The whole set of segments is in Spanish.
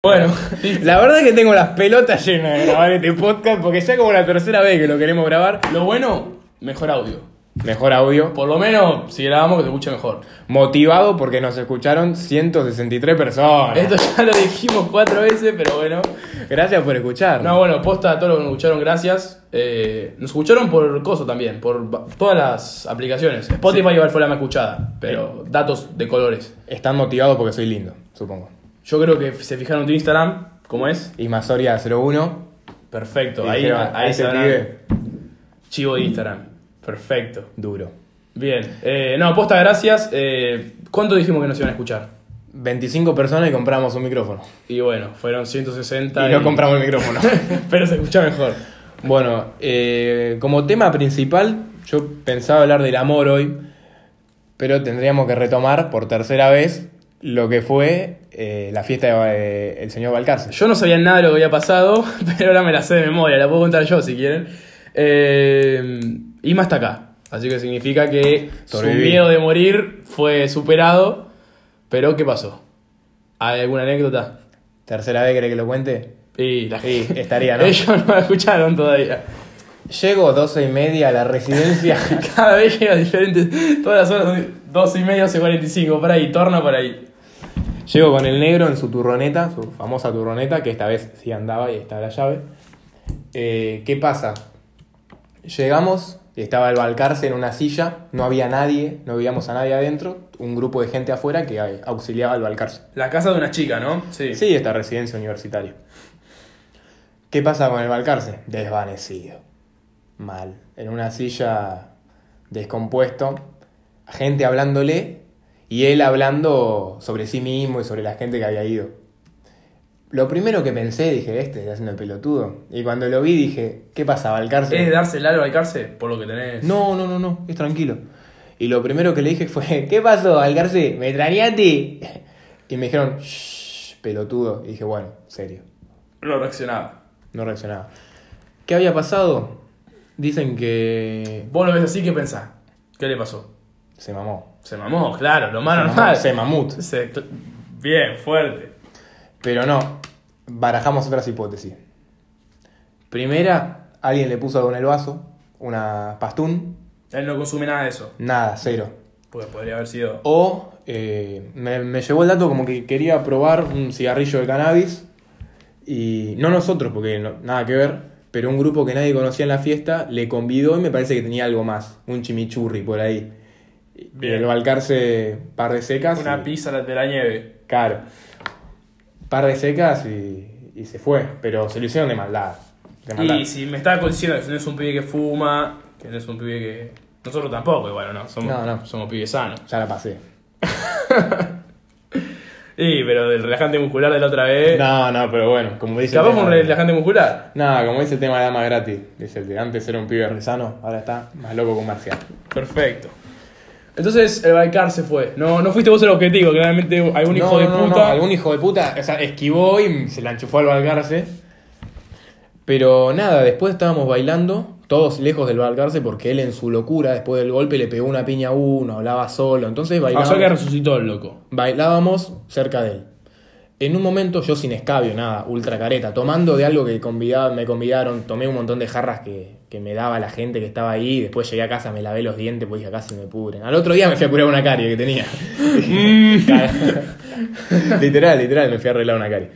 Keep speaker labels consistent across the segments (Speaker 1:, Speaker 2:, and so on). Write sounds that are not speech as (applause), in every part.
Speaker 1: (laughs)
Speaker 2: Bueno, la verdad es que tengo las pelotas llenas de grabar este podcast porque ya como la tercera vez que lo queremos grabar.
Speaker 1: Lo bueno, mejor audio.
Speaker 2: Mejor audio.
Speaker 1: Por lo menos, si grabamos, que se escucha mejor.
Speaker 2: Motivado porque nos escucharon 163 personas.
Speaker 1: Esto ya lo dijimos cuatro veces, pero bueno.
Speaker 2: Gracias por escuchar.
Speaker 1: No, bueno, posta a todos los que nos escucharon, gracias. Eh, nos escucharon por Coso también, por ba- todas las aplicaciones. Spotify igual fue la más escuchada, pero datos de colores.
Speaker 2: Están motivados porque soy lindo, supongo.
Speaker 1: Yo creo que se fijaron en tu Instagram, ¿cómo es?
Speaker 2: Y Masoria 01.
Speaker 1: Perfecto,
Speaker 2: y
Speaker 1: ahí,
Speaker 2: dijeron,
Speaker 1: ahí
Speaker 2: "A este
Speaker 1: sabrán.
Speaker 2: pibe,
Speaker 1: Chivo de Instagram. Perfecto.
Speaker 2: duro.
Speaker 1: Bien. Eh, no, posta, gracias. Eh, ¿Cuánto dijimos que nos iban a escuchar?
Speaker 2: 25 personas y compramos un micrófono.
Speaker 1: Y bueno, fueron 160.
Speaker 2: Y no compramos el micrófono.
Speaker 1: (laughs) Pero se escucha mejor.
Speaker 2: bueno, eh, como tema principal, yo pensaba hablar del amor hoy, pero tendríamos que retomar por tercera vez lo que fue eh, la fiesta del señor Balcarce.
Speaker 1: Yo no sabía nada de lo que había pasado, (laughs) pero ahora me la sé de memoria, la puedo contar yo si quieren. Eh, Ima está acá, así que significa que
Speaker 2: Sobreviví.
Speaker 1: su miedo de morir fue superado. Pero, ¿qué pasó? ¿Hay alguna anécdota?
Speaker 2: ¿Tercera vez querés que lo cuente?
Speaker 1: Y la
Speaker 2: Sí, estaría, ¿no?
Speaker 1: (laughs) Ellos no la escucharon todavía.
Speaker 2: Llego 12 y media a la residencia.
Speaker 1: (laughs) Cada vez llega diferente, todas las horas, son 12 y media, 45, por ahí, torna por ahí.
Speaker 2: Llego con el negro en su turroneta, su famosa turroneta, que esta vez sí andaba y estaba la llave. Eh, ¿Qué pasa? Llegamos, estaba el Balcarce en una silla, no había nadie, no veíamos a nadie adentro, un grupo de gente afuera que eh, auxiliaba al Balcarce.
Speaker 1: La casa de una chica, ¿no? Sí.
Speaker 2: Sí, esta residencia universitaria. ¿Qué pasa con el Balcarce? Desvanecido. Mal. En una silla descompuesto. Gente hablándole y él hablando sobre sí mismo y sobre la gente que había ido. Lo primero que pensé, dije, este está haciendo el pelotudo. Y cuando lo vi dije, ¿qué pasa, Balcarce?
Speaker 1: ¿Es darse el aro al cárcel por lo que tenés?
Speaker 2: No, no, no, no, es tranquilo. Y lo primero que le dije fue, (laughs) ¿qué pasó, Algarce? ¿Me trañaste? (laughs) Y me dijeron, shh, pelotudo. Y dije, bueno, serio.
Speaker 1: No reaccionaba.
Speaker 2: No reaccionaba. ¿Qué había pasado? Dicen que
Speaker 1: Vos lo ves así, ¿qué pensás? ¿Qué le pasó?
Speaker 2: se mamó.
Speaker 1: Se mamó, claro, lo más
Speaker 2: Se mamó,
Speaker 1: Ah, normal.
Speaker 2: se mamut.
Speaker 1: Se- cl- Bien, fuerte.
Speaker 2: Pero no, barajamos otras hipótesis. Primera, alguien le puso algo en el vaso, una pastún,
Speaker 1: Él no consume nada de eso.
Speaker 2: nada, cero.
Speaker 1: Porque podría haber sido.
Speaker 2: O eh, me, me llevó el dato como que quería probar un cigarrillo de cannabis. Y no nosotros, porque no- nada que ver. Pero un grupo que nadie conocía en la fiesta le convidó y me parece que tenía algo más. Un chimichurri por ahí. Y
Speaker 1: Bien.
Speaker 2: el balcarse par de secas.
Speaker 1: Una
Speaker 2: y-
Speaker 1: pizza de la nieve.
Speaker 2: Claro. Par de secas y, y se fue. Pero se lo hicieron de maldad. De maldad.
Speaker 1: Y si me está diciendo que no es un pibe que fuma, que no es un pibe que. Nosotros tampoco, igual, ¿no? Somos,
Speaker 2: No, no.
Speaker 1: somos pibes sanos.
Speaker 2: Ya la pasé.
Speaker 1: Y, pero del relajante muscular de la otra vez.
Speaker 2: No, no, pero bueno, como dice.
Speaker 1: Eh,
Speaker 2: el
Speaker 1: Capaz fue
Speaker 2: tema
Speaker 1: un
Speaker 2: de-
Speaker 1: relajante muscular.
Speaker 2: Nada, como dice el tema de dama gratis. Dice el de antes era un pibe rezano, ahora está más loco con Marcial.
Speaker 1: Perfecto. Entonces el Balcar se fue. No, no fuiste vos el objetivo, claramente algún hijo de puta.
Speaker 2: algún hijo de puta, o sea, esquivó y se la enchufó al Balcarce. Pero nada, después estábamos bailando, todos lejos del Balcarce, porque él en su locura, después del golpe, le pegó una piña a uno, hablaba solo. Entonces
Speaker 1: Ah, O sea que
Speaker 2: bailábamos,
Speaker 1: resucitó el loco.
Speaker 2: (laughs) bailábamos cerca de él. En un momento, yo sin escabio, nada, ultra careta, tomando de algo que convidaba- me convidaron, tomé un montón de jarras que, que me daba la gente que estaba ahí. Después llegué a casa, me lavé los dientes, porque dije, acá se me pudren. Al otro día me fui a curar una carie que tenía. Mm. literal, literal, me fui a arreglar una carie.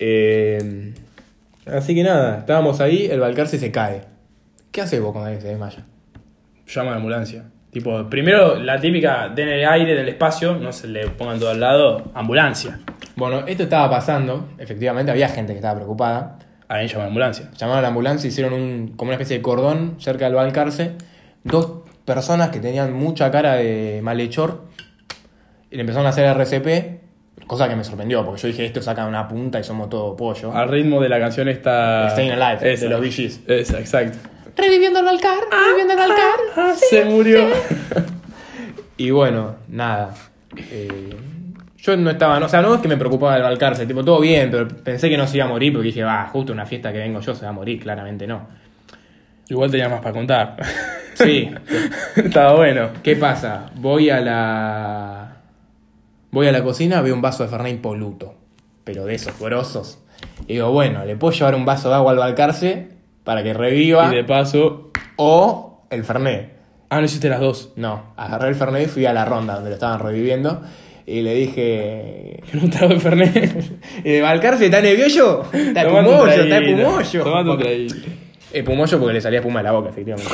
Speaker 2: Eh, así que nada, estábamos ahí, el Balcarce se cae. ¿Qué haces vos cuando eh, alguien se desmaya?
Speaker 1: llama a la ambulancia. Tipo, primero la típica den el aire del espacio, no se le pongan todo al lado, ambulancia.
Speaker 2: Bueno, esto estaba pasando, efectivamente había gente que estaba preocupada.
Speaker 1: Ahí llama a la ambulancia.
Speaker 2: Llamaron a la ambulancia, hicieron un, como una especie de cordón cerca del Balcarce. Dos personas que tenían mucha cara de malhechor y le empezaron a hacer RCP, cosa que me sorprendió, porque yo dije, esto saca una punta y somos todo pollo.
Speaker 1: Al ritmo de la canción está.
Speaker 2: Staying Alive,
Speaker 1: Esa.
Speaker 2: de los VGs.
Speaker 1: Esa, exacto.
Speaker 2: Reviviendo el Balcar, reviviendo el Balcar.
Speaker 1: se murió.
Speaker 2: Y bueno, nada. eh, yo no estaba, no- o sea, no es que me preocupaba el Balcarce, tipo, todo bien, pero pensé que no se iba a morir porque dije, va, justo una fiesta que vengo yo se va a morir, claramente no.
Speaker 1: Igual tenía más para contar.
Speaker 2: Sí,
Speaker 1: (laughs) Estaba bueno.
Speaker 2: ¿qué pasa? Voy a la. Voy a la cocina, veo un vaso de Fernet impoluto. pero de esos grosos. Y digo, bueno, le puedo llevar un vaso de agua al Balcarce para que reviva.
Speaker 1: Y de paso.
Speaker 2: O el Fernet.
Speaker 1: Ah, no hiciste las dos.
Speaker 2: No, agarré el Fernet y fui a la ronda donde lo estaban reviviendo. Y le dije.
Speaker 1: Un trago de
Speaker 2: (laughs)
Speaker 1: Fernet.
Speaker 2: ¿Y de Balcarce está nervioso? Está
Speaker 1: Tomate un
Speaker 2: Pumoyo, está
Speaker 1: traguito,
Speaker 2: Pumoyo.
Speaker 1: tomate un traguito.
Speaker 2: Eh, Pumoyo porque le salía espuma de la
Speaker 1: (laughs)
Speaker 2: boca, efectivamente.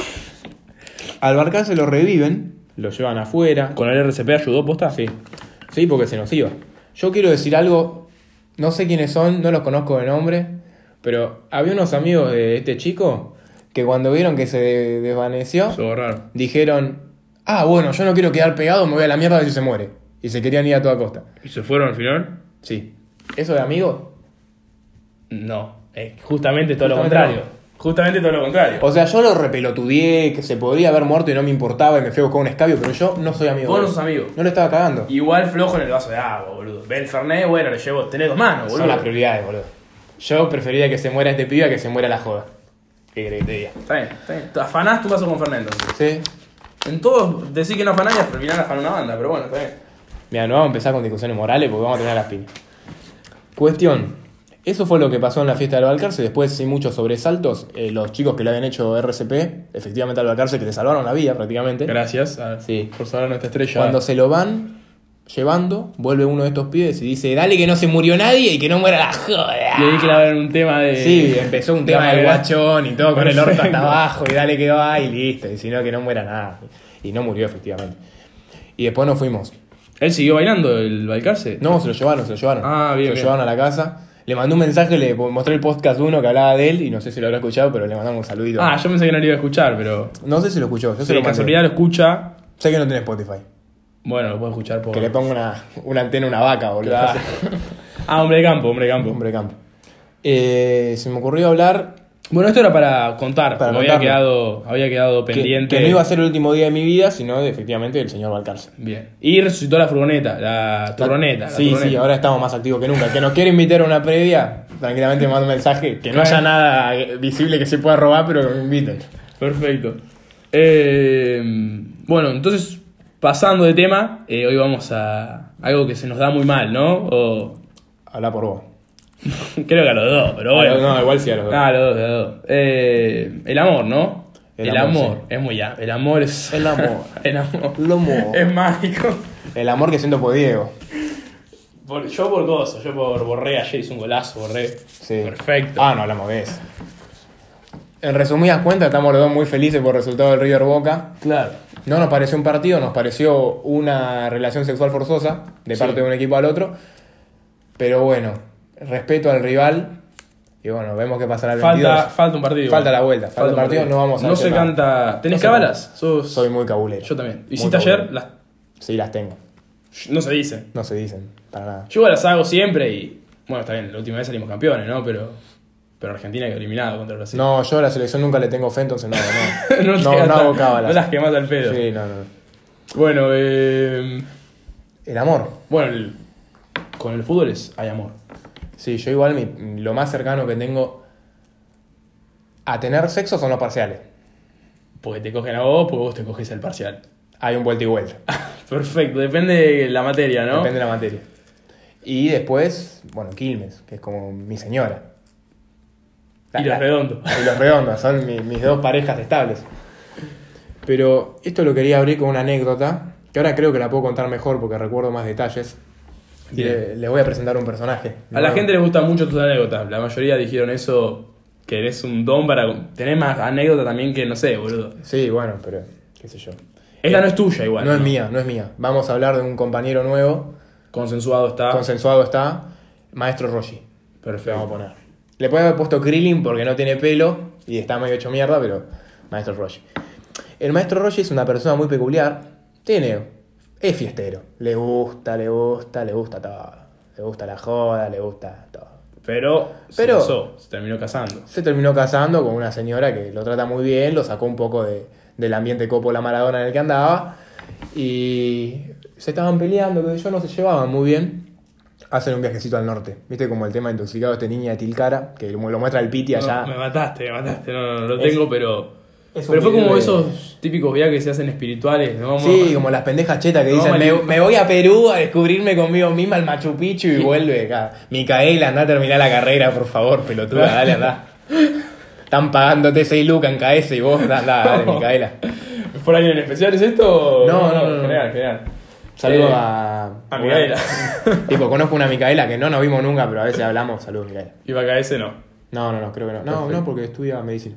Speaker 2: Al Balcarce lo reviven, lo llevan afuera.
Speaker 1: ¿Con el RCP ayudó posta?
Speaker 2: Sí. Sí, porque se nos iba. Yo quiero decir algo, no sé quiénes son, no los conozco de nombre, pero había unos amigos de este chico que cuando vieron que se de- desvaneció,
Speaker 1: Estuvo raro.
Speaker 2: dijeron, ah, bueno, yo no quiero quedar pegado, me voy a la mierda si se muere. Y se querían ir a toda costa.
Speaker 1: ¿Y se fueron al final?
Speaker 2: Sí. ¿Eso de amigos?
Speaker 1: No. Eh, justamente todo lo
Speaker 2: Justamente
Speaker 1: contrario. Justamente todo lo contrario.
Speaker 2: O sea, yo lo repelotudié, que se podría haber muerto y no me importaba y me fui a buscar un escabio, pero yo no soy amigo.
Speaker 1: Vos
Speaker 2: de
Speaker 1: no
Speaker 2: él.
Speaker 1: sos amigo.
Speaker 2: No lo estaba cagando.
Speaker 1: Igual flojo en el vaso de agua, boludo. Ve el Fernet, bueno, le llevo. Tenés dos manos,
Speaker 2: Son las
Speaker 1: boludo.
Speaker 2: prioridades, boludo. Yo preferiría que se muera este pibe a que se muera la joda. ¿Qué querés que te diga?
Speaker 1: Está bien, está bien. Te Afanás tu vaso con Fernet entonces.
Speaker 2: Sí.
Speaker 1: En todos decís que no afanás y al final afanó una banda, pero bueno, está bien.
Speaker 2: Mira, no vamos a empezar con discusiones morales porque vamos a tener las piñas. Cuestión. Eso fue lo que pasó en la fiesta del Balcarce. Después, sin muchos sobresaltos, eh, los chicos que le habían hecho RCP, efectivamente al Balcarce, que le salvaron la vida prácticamente.
Speaker 1: Gracias a,
Speaker 2: Sí.
Speaker 1: por salvar nuestra estrella.
Speaker 2: Cuando se lo van llevando, vuelve uno de estos pibes y dice: Dale que no se murió nadie y que no muera la joda.
Speaker 1: Y ahí eh, clavaron un tema de.
Speaker 2: Sí, empezó un tema
Speaker 1: de
Speaker 2: del guachón y todo con el orto hasta
Speaker 1: Perfecto.
Speaker 2: abajo y dale que va y listo. Y si no, que no muera nada. Y no murió, efectivamente. Y después nos fuimos.
Speaker 1: Él siguió bailando el Balcarce.
Speaker 2: No, se lo llevaron, se lo llevaron.
Speaker 1: Ah, bien,
Speaker 2: Se lo
Speaker 1: bien.
Speaker 2: llevaron a la casa. Le mandé un mensaje, le mostré el podcast uno que hablaba de él y no sé si lo habrá escuchado, pero le mandamos un saludito.
Speaker 1: Ah, yo pensé que no lo iba a escuchar, pero.
Speaker 2: no sé si lo escuchó, yo se
Speaker 1: Si
Speaker 2: lo
Speaker 1: de
Speaker 2: mandé.
Speaker 1: casualidad lo escucha,
Speaker 2: Sé que no tiene Spotify.
Speaker 1: bueno, lo puedo escuchar por.
Speaker 2: Que le ponga una, una antena a una vaca, boludo. (laughs)
Speaker 1: Claro. ah, hombre de campo, hombre de campo.
Speaker 2: Hombre de campo. Eh, se me ocurrió hablar
Speaker 1: Bueno, esto era para contar,
Speaker 2: Para
Speaker 1: porque
Speaker 2: contarlo.
Speaker 1: había quedado, había quedado
Speaker 2: que-
Speaker 1: pendiente.
Speaker 2: que no iba a ser el último día de mi vida, sino efectivamente el señor Balcarce.
Speaker 1: Bien. Y resucitó la furgoneta, la turroneta. la
Speaker 2: Sí,
Speaker 1: turroneta.
Speaker 2: sí, ahora estamos más activos que nunca. Que nos quiere invitar a una previa, tranquilamente manda un mensaje. Que no haya nada eh, visible que se pueda robar, pero que me inviten.
Speaker 1: Perfecto. Eh, bueno, entonces, pasando de tema, eh, hoy vamos a algo que se nos da muy mal, ¿no? O, (laughs)
Speaker 2: Habla por vos.
Speaker 1: creo que a los dos, pero
Speaker 2: Ah,
Speaker 1: bueno.
Speaker 2: no, igual sí a los dos.
Speaker 1: Ah, los dos, los dos. Eh, el amor, ¿no?
Speaker 2: El
Speaker 1: El,
Speaker 2: amor,
Speaker 1: amor, es muy ya. El amor es.
Speaker 2: El amor.
Speaker 1: (laughs) el amor.
Speaker 2: Lo mo-
Speaker 1: Es mágico.
Speaker 2: El amor que siento por Diego.
Speaker 1: Por- yo por gozo, yo por borré. Ayer hice un golazo, borré.
Speaker 2: Sí.
Speaker 1: Perfecto.
Speaker 2: Ah, no hablamos de eso. En resumidas cuentas, estamos los dos muy felices por el resultado del River Boca.
Speaker 1: Claro.
Speaker 2: No nos pareció un partido, nos pareció una relación sexual forzosa de
Speaker 1: Sí.
Speaker 2: parte de un equipo al otro. Pero bueno, respeto al rival. Y bueno, vemos qué pasará el
Speaker 1: Falta,
Speaker 2: 22.
Speaker 1: falta un partido.
Speaker 2: Falta la vuelta, falta
Speaker 1: un
Speaker 2: el partido, no vamos a
Speaker 1: No se
Speaker 2: hacer nada.
Speaker 1: canta. ¿Tenés
Speaker 2: No se
Speaker 1: cábalas? Sos-
Speaker 2: Soy muy cabulero.
Speaker 1: Yo también.
Speaker 2: Muy
Speaker 1: Hiciste
Speaker 2: cabulero.
Speaker 1: ayer, las...
Speaker 2: Sí, las tengo.
Speaker 1: no se dice.
Speaker 2: No se dicen, para nada.
Speaker 1: Yo igual las hago siempre y. Bueno, está bien, la última vez salimos campeones, ¿no? Pero. Pero Argentina quedó eliminada contra Brasil.
Speaker 2: No, yo a la selección nunca le tengo fe, entonces no, no.
Speaker 1: (laughs) no, te
Speaker 2: no,
Speaker 1: hagas-
Speaker 2: hago
Speaker 1: No
Speaker 2: cábalas.
Speaker 1: las quemás al pedo.
Speaker 2: Sí, no, no.
Speaker 1: Bueno, eh,
Speaker 2: El amor.
Speaker 1: bueno el- con el fútbol es hay amor.
Speaker 2: Sí, yo igual mi- lo más cercano que tengo a tener sexo son los parciales.
Speaker 1: Porque te cogen a vos, porque vos te coges al parcial.
Speaker 2: Hay un vuelta y vuelta.
Speaker 1: Perfecto, depende de la materia, Ah, ¿no?
Speaker 2: Depende de la materia. Y después, bueno, Quilmes, que es como mi señora. La-
Speaker 1: Y los
Speaker 2: la-
Speaker 1: redondos.
Speaker 2: y los redondos, son mi- mis dos parejas estables. Pero esto lo quería abrir con una anécdota, que ahora creo que la puedo contar mejor porque recuerdo más detalles. Y
Speaker 1: Bien.
Speaker 2: le, le voy a presentar un personaje.
Speaker 1: A la
Speaker 2: nuevo.
Speaker 1: gente le gustan mucho tus anécdotas. La mayoría dijeron eso, que eres un don para... Tenés más anécdota también que, no sé, boludo.
Speaker 2: Sí, bueno, pero qué sé yo.
Speaker 1: Esta no es tuya igual.
Speaker 2: Eh, no es mía, no es mía. Vamos a hablar de un compañero nuevo,
Speaker 1: Consensuado está.
Speaker 2: consensuado está, Maestro Rossi. Le vamos a
Speaker 1: Perfecto.
Speaker 2: poner. Le puede haber puesto Krillin porque no tiene pelo y está medio hecho mierda, pero Maestro Roshi. El Maestro Roshi es una persona muy peculiar. Tiene. Es fiestero. Le gusta, le gusta, le gusta todo. Le gusta la joda, le gusta todo.
Speaker 1: Pero, se
Speaker 2: Pero-
Speaker 1: casó, se terminó casando.
Speaker 2: Se terminó casando con una señora que lo trata muy bien, lo sacó un poco de- del ambiente Coppola Maradona en el que andaba. Y se estaban peleando, que yo no se llevaban muy bien. Hacen un viajecito al norte. ¿Viste como el tema este intoxicado de esta niña de Tilcara? Que lo lo muestra el Piti allá.
Speaker 1: No, me mataste, me mataste. No, no, no lo
Speaker 2: Es-
Speaker 1: tengo, pero...
Speaker 2: Es un
Speaker 1: Pero fue
Speaker 2: video
Speaker 1: como
Speaker 2: de-
Speaker 1: esos típicos viajes que se hacen espirituales, ¿no? Vamos-
Speaker 2: Sí, como las pendejas chetas que
Speaker 1: No,
Speaker 2: dicen, me,
Speaker 1: Mali-
Speaker 2: me voy a Perú a descubrirme conmigo misma al Machu Picchu y vuelve acá. Micaela, anda a terminar la carrera, por favor, pelotuda, dale, (laughs) anda. Están pagándote 6 lucas en KS y vos, da- da- dale, Micaela.
Speaker 1: ¿Por alguien en especial es esto?
Speaker 2: No, no, no, no.
Speaker 1: General, general.
Speaker 2: Saludo
Speaker 1: Eh,
Speaker 2: a...
Speaker 1: a Micaela.
Speaker 2: (laughs) Tipo, conozco una Micaela que no nos vimos nunca, pero a veces hablamos. Saludos, Micaela.
Speaker 1: Y va a ese no.
Speaker 2: No, no, no, creo que no. No, no, porque estudia medicina.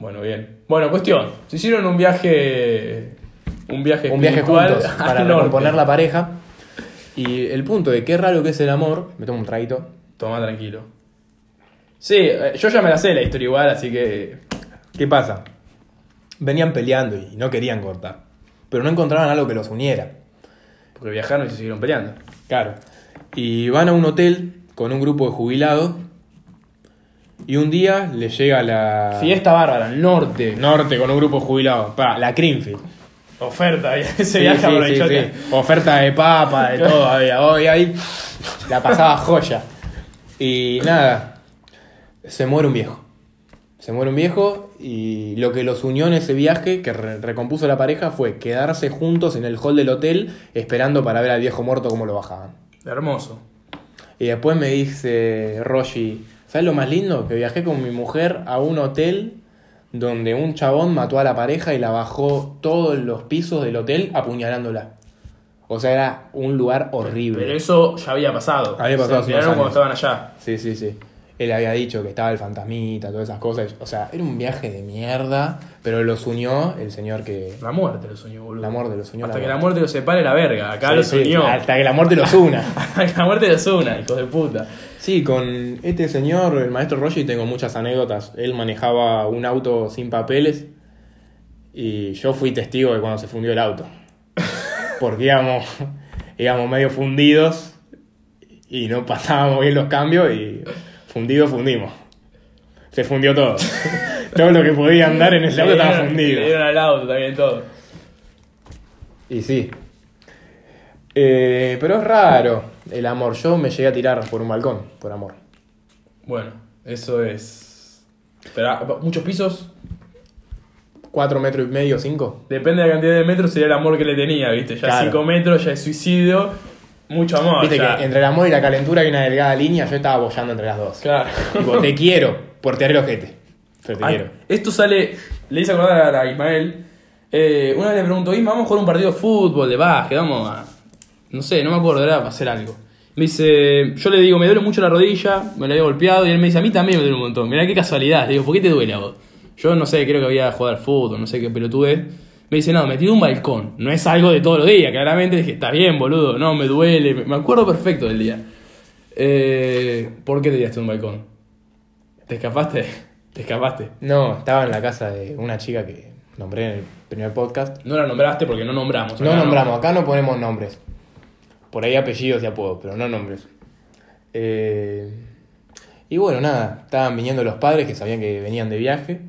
Speaker 1: Bueno, bien. Bueno, cuestión. Se hicieron un viaje. Un viaje
Speaker 2: un viaje
Speaker 1: espiritual
Speaker 2: juntos
Speaker 1: (laughs) al
Speaker 2: para
Speaker 1: norte.
Speaker 2: recomponer la pareja. Y el punto de qué raro que es el amor, me tomo un traguito.
Speaker 1: Toma tranquilo. Sí, eh, yo ya me la sé la historia igual, así que.
Speaker 2: ¿Qué pasa? Venían peleando y no querían cortar, pero no encontraban algo que los uniera.
Speaker 1: Porque viajaron y se siguieron peleando.
Speaker 2: Claro. Y van a un hotel con un grupo de jubilados y un día les llega la...
Speaker 1: Fiesta bárbara, al norte.
Speaker 2: Norte con un grupo de jubilados. Pa, la Creamfield.
Speaker 1: Oferta, (laughs) ese
Speaker 2: Sí,
Speaker 1: viaje
Speaker 2: sí,
Speaker 1: por
Speaker 2: sí, sí. Oferta de papa, de todo había. Hoy ahí la pasaba joya. Y nada, se muere un viejo. Se muere un viejo y lo que los unió en ese viaje, que re- recompuso la pareja, fue quedarse juntos en el hall del hotel esperando para ver al viejo muerto cómo lo bajaban.
Speaker 1: Hermoso.
Speaker 2: Y después me dice Roshi, ¿sabes lo más lindo? Que viajé con mi mujer a un hotel donde un chabón mató a la pareja y la bajó todos los pisos del hotel apuñalándola. O sea, era un lugar
Speaker 1: Pero
Speaker 2: horrible.
Speaker 1: eso ya había pasado.
Speaker 2: Había pasado hace
Speaker 1: Se
Speaker 2: unos
Speaker 1: enteraron cuando estaban
Speaker 2: años.
Speaker 1: allá.
Speaker 2: Sí, sí, sí. Él había dicho que estaba el fantasmita, todas esas cosas. O sea, era un viaje de mierda, pero los unió el señor que...
Speaker 1: La muerte los unió, boludo.
Speaker 2: La muerte los unió.
Speaker 1: Hasta que la muerte los separe la verga. Acá los
Speaker 2: Sí, sí,
Speaker 1: unió.
Speaker 2: Hasta que la muerte los una.
Speaker 1: (laughs) Hasta que la muerte los una, hijos de puta.
Speaker 2: Sí, con este señor, el maestro Roshi, tengo muchas anécdotas. Él manejaba un auto sin papeles y yo fui testigo de cuando se fundió el auto. Porque íbamos, íbamos medio fundidos y no pasábamos bien los cambios y fundidos fundimos. Se fundió todo. todo lo que podía andar en ese
Speaker 1: Le
Speaker 2: auto estaba
Speaker 1: dieron-
Speaker 2: fundido.
Speaker 1: Le dieron al auto también todo.
Speaker 2: Y sí. Eh, pero es raro el amor. Yo me llegué a tirar por un balcón, por amor.
Speaker 1: Bueno, eso es. Pero ah, muchos pisos.
Speaker 2: Cuatro metros y medio, cinco.
Speaker 1: Depende de la cantidad de metros, sería el amor que le tenía, ¿viste? Ya
Speaker 2: Claro.
Speaker 1: 5 metros, ya es suicidio. Mucho amor.
Speaker 2: Viste
Speaker 1: ya.
Speaker 2: que entre el amor y la calentura hay una delgada línea, yo estaba bollando entre las dos.
Speaker 1: Claro.
Speaker 2: Tipo, te quiero, portear el ojete. Pero te
Speaker 1: Ah,
Speaker 2: quiero.
Speaker 1: Esto sale, le hice acordar a, a Ismael. eh, una vez le pregunto, Isma, vamos a jugar un partido de fútbol, de básquet, vamos a. No sé, no me acuerdo, era para hacer algo. Me dice, yo le digo, me duele mucho la rodilla, me la había golpeado, y él me dice, a mí también me duele un montón. Mirá qué casualidad. Le digo, ¿por qué te duele a vos? Yo no sé, creo que había jugado al fútbol, no sé qué pelotude. Me dice, no, me tiré de un balcón. No es algo de todos los días, claramente. Le dije, está bien, boludo, no, me duele. Me- Me acuerdo perfecto del día. Eh, ¿Por qué te tiraste de un balcón? ¿Te escapaste? (laughs) ¿Te escapaste?
Speaker 2: No, estaba en la casa de una chica que nombré en el primer podcast.
Speaker 1: No la nombraste porque no nombramos.
Speaker 2: No
Speaker 1: acá,
Speaker 2: nombramos, acá no ponemos nombres. Por ahí apellidos y apodos, pero no nombres. Eh, y bueno, nada, estaban viniendo los padres que sabían que venían de viaje,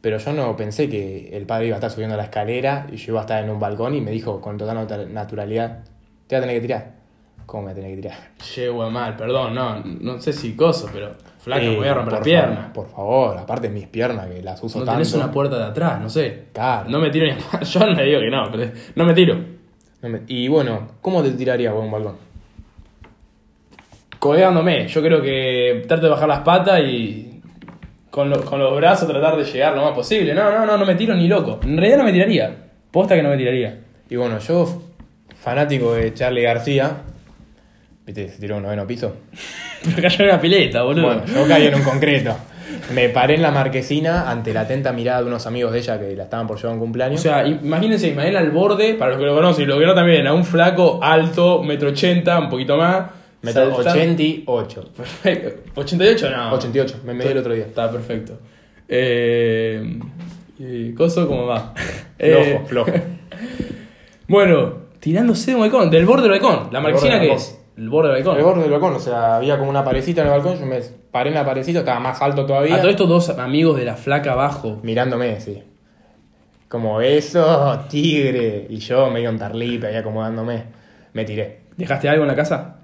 Speaker 2: pero yo no pensé que el padre iba a estar subiendo la escalera y yo iba a estar en un balcón y me dijo con total nata- naturalidad, te voy a tener que tirar. ¿Cómo me voy a tener que tirar?
Speaker 1: Llego a mal, perdón, no, no sé si coso, pero flaca,
Speaker 2: Eh,
Speaker 1: me voy a romper
Speaker 2: por
Speaker 1: la pierna.
Speaker 2: favor, por favor, aparte mis piernas que las uso
Speaker 1: No
Speaker 2: tanto.
Speaker 1: tenés una puerta de atrás, no sé.
Speaker 2: Claro.
Speaker 1: No me tiro ni a palo. (laughs) Yo no le digo que no, pero no me tiro.
Speaker 2: No me- Y bueno, ¿cómo te tirarías vos a un balcón?
Speaker 1: Colgándome, yo creo que trato de bajar las patas y con, lo- con los brazos tratar de llegar lo más posible. No, no, no, no me tiro ni loco. En realidad no me tiraría. Posta que no me tiraría. (laughs)
Speaker 2: Y bueno, yo, f- fanático de Charlie García, ¿viste? Se tiró un noveno piso.
Speaker 1: Pero cayó en una pileta, boludo.
Speaker 2: Bueno, yo caí en un concreto. Me paré en la marquesina ante la atenta mirada de unos amigos de ella que la estaban por llevar a un
Speaker 1: O
Speaker 2: cumpleaños.
Speaker 1: sea, imagínense a Ismael al borde, para los que lo conocen y los que no también, a un flaco, alto, metro ochenta, un poquito más.
Speaker 2: Metro
Speaker 1: saltan-
Speaker 2: 88.
Speaker 1: Perfecto. 88 no.
Speaker 2: 88, me medí el otro día.
Speaker 1: Está perfecto. Eh, y coso, ¿cómo va?
Speaker 2: (laughs)
Speaker 1: Eh,
Speaker 2: Flojo, flojo.
Speaker 1: Bueno, tirándose de un balcón, del borde del balcón. ¿La
Speaker 2: Del
Speaker 1: marquesina
Speaker 2: borde
Speaker 1: que
Speaker 2: del
Speaker 1: es? El borde del balcón.
Speaker 2: (laughs) El borde del balcón, o sea, había como una parecita en el balcón, yo me paré en la parecita, estaba más alto todavía.
Speaker 1: A todos estos dos amigos de la flaca abajo.
Speaker 2: Ah, mirándome, sí. Como eso, tigre. Y yo medio en tarlipe ahí acomodándome. Me tiré.
Speaker 1: ¿Dejaste algo en la casa?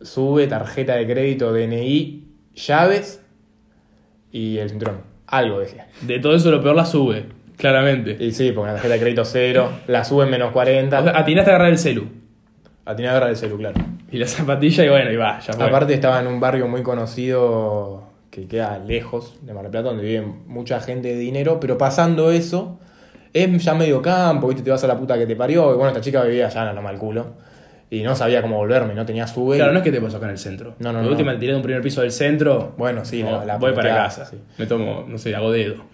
Speaker 2: Sube, tarjeta de crédito, DNI, llaves y el cinturón. Algo decía.
Speaker 1: De todo eso, lo peor la sube, claramente.
Speaker 2: Y sí, porque una tarjeta de crédito cero, la sube en menos
Speaker 1: O
Speaker 2: 40.
Speaker 1: sea, atinaste a agarrar el celu.
Speaker 2: a tener agarrar el celular.
Speaker 1: Y la zapatilla, y bueno, y va, ya fue.
Speaker 2: Aparte estaba en un barrio muy conocido que queda lejos de Mar del Plata, donde vive mucha gente de dinero, pero pasando eso, es ya medio campo, ¿viste? te vas a la puta que te parió, y bueno, esta chica vivía allá en la Loma del Culo, y no sabía cómo volverme, no tenía su
Speaker 1: Claro, no es que te pasó acá en el centro.
Speaker 2: No, no,
Speaker 1: La
Speaker 2: no.
Speaker 1: última te tiré de un primer piso del centro.
Speaker 2: Bueno, sí,
Speaker 1: como,
Speaker 2: la- la
Speaker 1: voy para
Speaker 2: puteada,
Speaker 1: casa.
Speaker 2: sí.
Speaker 1: Me tomo, no sé, hago dedo.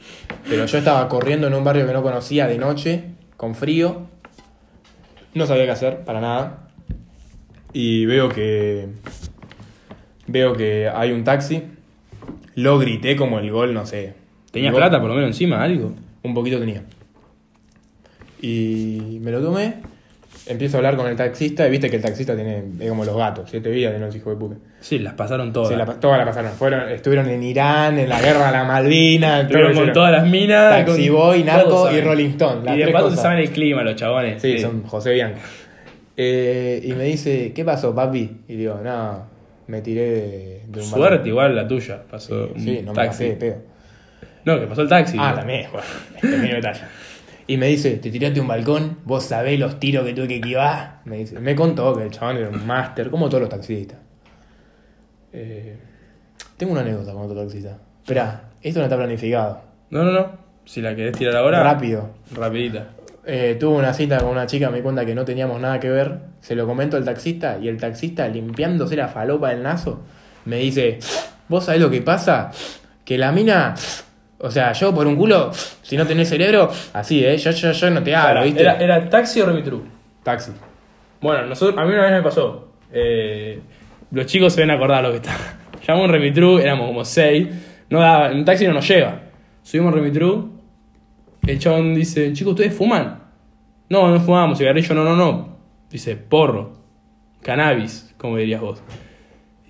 Speaker 2: Pero yo estaba corriendo en un barrio que no conocía de noche, con frío. No sabía qué hacer, para nada. Y veo que. Veo que hay un taxi. Lo grité como el gol, no sé.
Speaker 1: Tenías
Speaker 2: El gol-
Speaker 1: plata por lo menos encima, algo.
Speaker 2: Un poquito tenía. Y me lo tomé. Empiezo a hablar con el taxista. Y viste que el taxista tiene. Es como los gatos, siete vidas de noche, hijo de puta.
Speaker 1: Sí, las pasaron todas.
Speaker 2: Se la, pa- todas la pasaron. Fueron, estuvieron en Irán, en la guerra de la Malvina. en todo
Speaker 1: Estuvieron
Speaker 2: lo
Speaker 1: con
Speaker 2: hicieron.
Speaker 1: todas las minas.
Speaker 2: Taxi
Speaker 1: con-
Speaker 2: Boy, Narco
Speaker 1: todos
Speaker 2: y
Speaker 1: saben.
Speaker 2: Rolling Stone, las
Speaker 1: Y de
Speaker 2: tres
Speaker 1: paso
Speaker 2: cosas.
Speaker 1: saben el clima, los chabones.
Speaker 2: Sí, son José Bianco. Eh, y me dice, ¿qué pasó, papi? Y digo, no, me tiré de, de un
Speaker 1: Suerte
Speaker 2: balcón".
Speaker 1: igual la tuya. Pasó un
Speaker 2: Sí, no me
Speaker 1: taxi.
Speaker 2: pasé de pedo.
Speaker 1: No, que pasó el taxi.
Speaker 2: ah,
Speaker 1: ¿no?
Speaker 2: también, bueno, pequeño detalle. Y me dice, te tiraste de un balcón, vos sabés los tiros que tuve que esquivar. Me, dice, me contó que el chabón era un máster, como todos los taxistas. Eh, tengo una anécdota con otro taxista. Esperá, esto no está planificado.
Speaker 1: No, no, no. Si la querés tirar ahora.
Speaker 2: Rápido.
Speaker 1: Rapidita.
Speaker 2: Eh, tuve una cita con una chica, me di cuenta que no teníamos nada que ver. Se lo comento al taxista y el taxista, limpiándose la falopa del naso, me dice: ¿Vos sabés lo que pasa? Que la mina. O sea, yo por un culo, si no tenés cerebro, así, ¿eh? Yo, yo, yo no te hablo, ¿viste?
Speaker 1: Era, era taxi o Remitru.
Speaker 2: Taxi.
Speaker 1: Bueno, nosotros, a mí una vez me pasó. eh, los chicos se ven a acordar lo que está. (laughs) Llamamos un Remitru, éramos como seis. No daba, un taxi no nos lleva. Subimos a Remitru. El chabón dice, chicos, ¿ustedes fuman? No, no fumamos, cigarrillo, no, no, no. Dice, porro, cannabis, como dirías vos.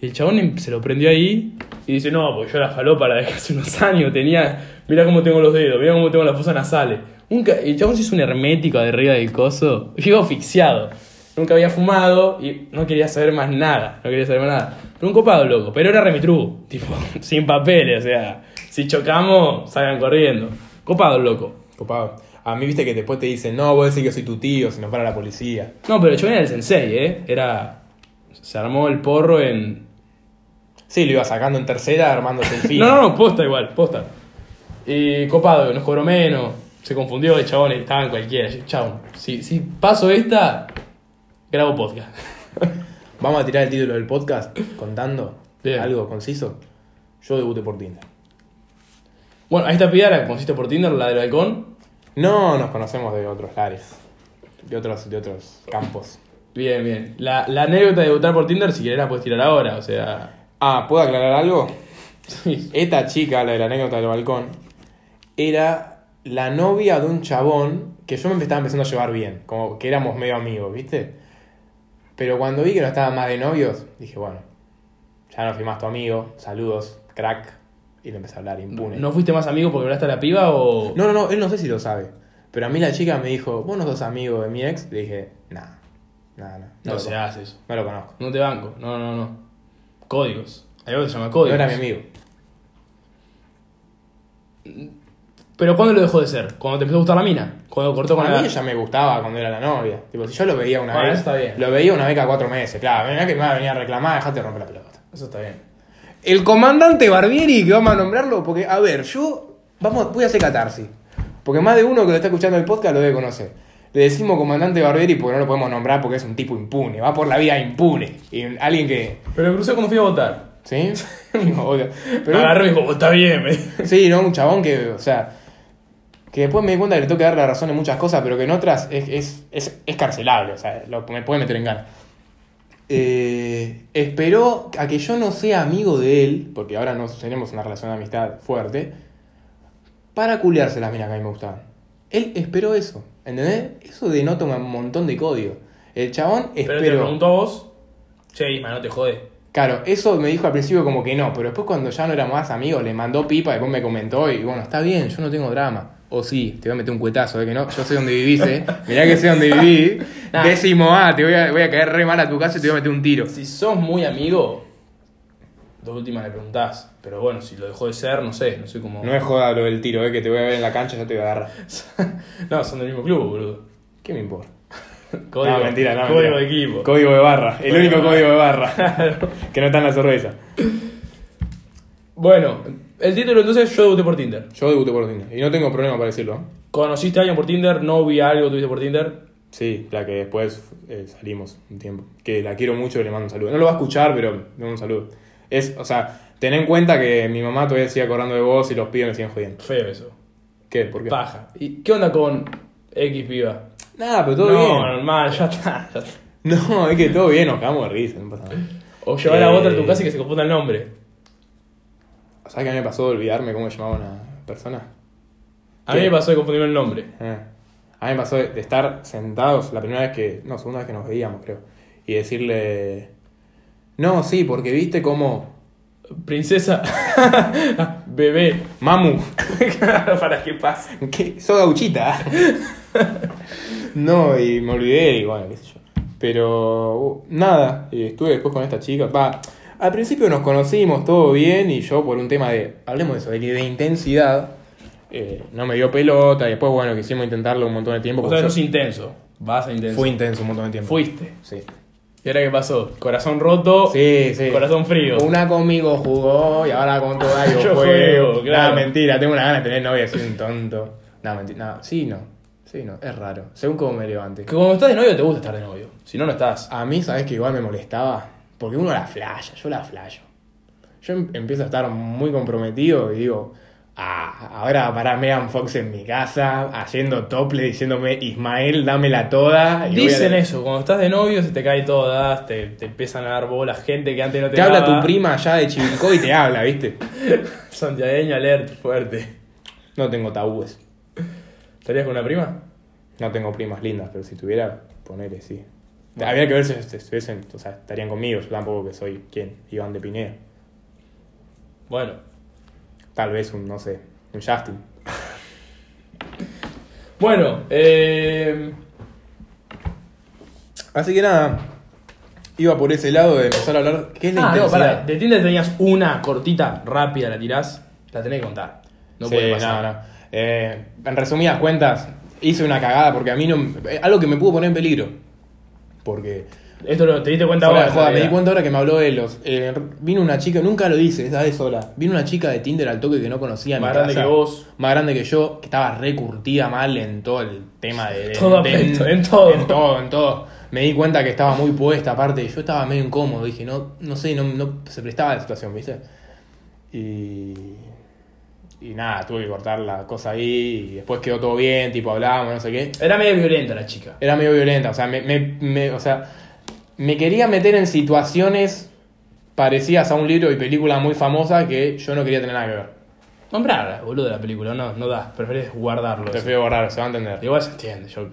Speaker 1: Y el chabón em- se lo prendió ahí y dice, no, pues yo la falopa la dejé hace unos (laughs) años, tenía, mirá cómo tengo los dedos, mirá cómo tengo las fosas nasales. Nunca, el chabón se hizo un hermético de arriba del coso, llegó asfixiado. Nunca había fumado y no quería saber más nada, no quería saber más nada. Pero un copado, loco, pero era remitru, (laughs) tipo, sin papeles, o sea, si chocamos, salgan corriendo. Copado, loco.
Speaker 2: Copado. A mí, viste que después te dicen: No, vos decís que soy tu tío, si nos para la policía.
Speaker 1: No, pero el chabón era el sensei, ¿eh? Era, se armó el porro en...
Speaker 2: Sí, lo iba sacando en tercera, armándose el (laughs) fin.
Speaker 1: No, no, no, posta igual, posta. Y copado, nos cobró menos. Se confundió el chabón, estaba en cualquiera. Chabón, si, si paso esta, grabo podcast. (laughs)
Speaker 2: Vamos a tirar el título del podcast contando
Speaker 1: Bien.
Speaker 2: algo conciso. Yo debuté por Tinder.
Speaker 1: Bueno, a esta pida la consiste por Tinder, la del balcón.
Speaker 2: No, nos conocemos de otros lares. De otros, de otros campos.
Speaker 1: Bien, bien. La, la anécdota de debutar por Tinder, si querés la puedes tirar ahora, o sea... (laughs)
Speaker 2: Ah, ¿puedo aclarar algo?
Speaker 1: Sí.
Speaker 2: Esta chica, la de la anécdota del balcón, era la novia de un chabón que yo me estaba empezando a llevar bien. Como que éramos medio amigos, ¿viste? Pero cuando vi que no estaba más de novios, dije, bueno, ya no fui más tu amigo. Saludos, crack. Y le empecé a hablar impune.
Speaker 1: ¿No fuiste más amigo porque hablaste a la piba o...?
Speaker 2: No, no, no, él no sé si lo sabe. Pero a mí la chica me dijo, vos no sos amigo de mi ex. Le dije, nah, nah, nah. No,
Speaker 1: No
Speaker 2: lo
Speaker 1: se
Speaker 2: con-
Speaker 1: hace eso.
Speaker 2: no lo conozco.
Speaker 1: No te banco. No, no, no. Códigos. Hay algo que se llama
Speaker 2: No
Speaker 1: códigos.
Speaker 2: era mi amigo.
Speaker 1: Pero ¿cuándo lo dejó de ser? ¿Cuando te empezó a gustar la mina? ¿Cuando cortó con
Speaker 2: Bueno,
Speaker 1: la
Speaker 2: a mí ya me gustaba cuando era la novia. Tipo, si yo lo veía una
Speaker 1: Bueno,
Speaker 2: vez.
Speaker 1: eso está bien.
Speaker 2: Lo veía una vez cada cuatro meses. Claro, mirá que me va a venir a reclamar, dejate de romper la pelota.
Speaker 1: Eso está bien.
Speaker 2: El comandante Barbieri, que vamos a nombrarlo, porque, a ver, yo vamos, voy a hacer catarsis. Porque más de uno que lo está escuchando el podcast lo debe conocer. Le decimos comandante Barbieri porque no lo podemos nombrar porque es un tipo impune, va por la vida impune. Y alguien que.
Speaker 1: Pero crucé cuando fui a votar.
Speaker 2: ¿Sí? (laughs) No, obvio.
Speaker 1: Pero agarró y dijo, está bien. me". (laughs)
Speaker 2: Sí, ¿no? Un chabón que, o sea, que después me di cuenta que le tengo que dar la razón en muchas cosas, pero que en otras es, es, es, es carcelable, o sea, lo- me puede meter en gana. Eh, esperó a que yo no sea amigo de él, porque ahora no tenemos una relación de amistad fuerte, para culiarse las minas que a mí me gustaban. Él esperó eso, ¿entendés? Eso denota un montón de código. El chabón
Speaker 1: Pero
Speaker 2: esperó.
Speaker 1: te preguntó a vos. Che, Isma, no te jode.
Speaker 2: Claro, eso me dijo al principio como que no, pero después cuando ya no éramos más amigos, le mandó pipa, después me comentó y bueno, está bien, yo no tengo drama. O sí, te voy a meter un cuetazo, de que no, yo sé dónde vivís, (laughs) eh. Mirá que sé dónde vivís.
Speaker 1: Nah.
Speaker 2: Décimo A, te voy a, voy a caer re mal a tu casa y te voy a meter un tiro.
Speaker 1: Si sos muy amigo, de última le preguntás. Pero bueno, si lo dejó de ser, no sé, no sé cómo.
Speaker 2: No es joda lo del tiro, eh, que te voy a ver en la cancha, yo te voy a agarrar.
Speaker 1: no, son del mismo club, boludo.
Speaker 2: ¿Qué me importa?
Speaker 1: Código,
Speaker 2: no, mentira, no.
Speaker 1: código
Speaker 2: mentira.
Speaker 1: de equipo.
Speaker 2: Código de barra. El
Speaker 1: Código
Speaker 2: único
Speaker 1: de barra.
Speaker 2: código de
Speaker 1: (laughs)
Speaker 2: barra. que no está en la cerveza.
Speaker 1: bueno, el título entonces yo debuté por Tinder.
Speaker 2: Yo debuté por Tinder. Y no tengo problema para decirlo. ¿eh?
Speaker 1: ¿Conociste a alguien por Tinder? ¿Novia algo tuviste por Tinder?
Speaker 2: Sí, la que después eh, salimos un tiempo. Que la quiero mucho y le mando un saludo. No lo va a escuchar, pero le mando un saludo. Es, o sea, ten en cuenta que mi mamá todavía sigue acordando de vos y los pibes me siguen jodiendo.
Speaker 1: Feo eso.
Speaker 2: ¿Qué? ¿Por qué?
Speaker 1: Paja. ¿Y qué onda con X piba?
Speaker 2: Nada, pero todo
Speaker 1: no,
Speaker 2: bien.
Speaker 1: normal, ya está. ya está.
Speaker 2: (laughs) No, es que todo bien, nos cagamos de risa, no pasa nada.
Speaker 1: O llevar a
Speaker 2: Eh.
Speaker 1: otra a tu casa y que se confunda el nombre.
Speaker 2: ¿Sabes qué a mí me pasó de olvidarme cómo se llamaba una persona?
Speaker 1: A mí
Speaker 2: ¿Qué?
Speaker 1: me pasó de confundirme el nombre.
Speaker 2: Eh. A mí me pasó de, de estar sentados la primera vez que. No, segunda vez que nos veíamos, creo. Y decirle. No, sí, porque viste cómo.
Speaker 1: Princesa. (laughs) Bebé.
Speaker 2: Mamu,
Speaker 1: Claro, para que pase.
Speaker 2: (laughs) ¿qué? sos gauchita. (laughs) no, y me olvidé, y bueno, qué sé yo. Pero. uh, Nada, y estuve después con esta chica. Va. Al principio nos conocimos, todo bien, y yo por un tema de. Hablemos de eso, de, de intensidad. eh, no me dio pelota, y después, bueno, quisimos intentarlo un montón de tiempo.
Speaker 1: O sea,
Speaker 2: porque
Speaker 1: sos intenso. Vas a intenso.
Speaker 2: fui intenso un montón de tiempo.
Speaker 1: Fuiste.
Speaker 2: Sí.
Speaker 1: ¿Y ahora qué pasó? Corazón roto.
Speaker 2: Sí, sí.
Speaker 1: Corazón frío.
Speaker 2: Una conmigo jugó y ahora con toda
Speaker 1: (laughs)
Speaker 2: yo,
Speaker 1: Yo
Speaker 2: juego.
Speaker 1: juego, claro.
Speaker 2: Nah, mentira, tengo una gana de tener novia, soy un tonto. No, mentira. No, sí, no. Sí, no. Es raro. Según cómo me levante.
Speaker 1: Que cuando estás de novio te gusta estar de novio. Si no, no estás.
Speaker 2: A mí, ¿sabes que igual me molestaba? Porque uno la flasha, yo la flasho. Yo em- empiezo a estar muy comprometido y digo, ah, ahora va a parar Megan Fox en mi casa, haciendo tople, diciéndome, Ismael, dámela toda. y voy a-
Speaker 1: Dicen eso, cuando estás de novio se te cae todas, te, te empiezan a dar bolas, gente que antes no te
Speaker 2: Te habla
Speaker 1: daba.
Speaker 2: tu prima allá de Chivilcoy y te habla, ¿viste?
Speaker 1: Santiagueño alert, fuerte.
Speaker 2: No tengo tabúes.
Speaker 1: ¿Estarías con una prima?
Speaker 2: No tengo primas lindas, pero si tuviera, ponele, sí. Habría que ver si est- estuviesen, o sea, estarían conmigo. Yo tampoco que soy quien, Iván de Pineda.
Speaker 1: Bueno.
Speaker 2: Tal vez un, no sé, un Justin.
Speaker 1: Bueno, eh,
Speaker 2: Así que nada, iba por ese lado de empezar a hablar. ¿Qué es la
Speaker 1: ah, no,
Speaker 2: intensidad?
Speaker 1: pará, de Tinder tenías una cortita, rápida, la tirás, la tenés que contar. No
Speaker 2: Sí,
Speaker 1: puede pasar.
Speaker 2: no, no. Eh, en resumidas cuentas, hice una cagada porque a mí no. eh, Algo que me pudo poner en peligro. Porque.
Speaker 1: Esto lo te diste cuenta
Speaker 2: Fuera
Speaker 1: ahora.
Speaker 2: de joda,
Speaker 1: en
Speaker 2: me di
Speaker 1: realidad.
Speaker 2: cuenta ahora que me habló de los. eh, vino una chica, nunca lo dice, esa vez sola. Vino una chica de Tinder al toque que no conocía. en mi
Speaker 1: Más grande
Speaker 2: casa.
Speaker 1: que vos.
Speaker 2: Más grande que yo, que estaba recurtida mal en todo el tema de. de-
Speaker 1: Todo
Speaker 2: de-
Speaker 1: aspecto, en todo.
Speaker 2: En todo, en todo. Me di cuenta que estaba muy puesta, aparte. Yo estaba medio incómodo, dije, no, no sé, no, no se prestaba la situación, ¿viste? Y. Y nada, tuve que cortar la cosa ahí. Y después quedó todo bien, tipo hablábamos, no sé qué.
Speaker 1: Era medio violenta la chica.
Speaker 2: Era medio violenta, o sea, me, me, me- o sea, me quería meter en situaciones parecidas a un libro y película muy famosa que yo no quería tener nada que ver.
Speaker 1: Nombrarla, boludo, la película, no, no da. Preferís guardarlo. eso.
Speaker 2: Prefiero borrar, se va a entender.
Speaker 1: Igual se entiende, yo.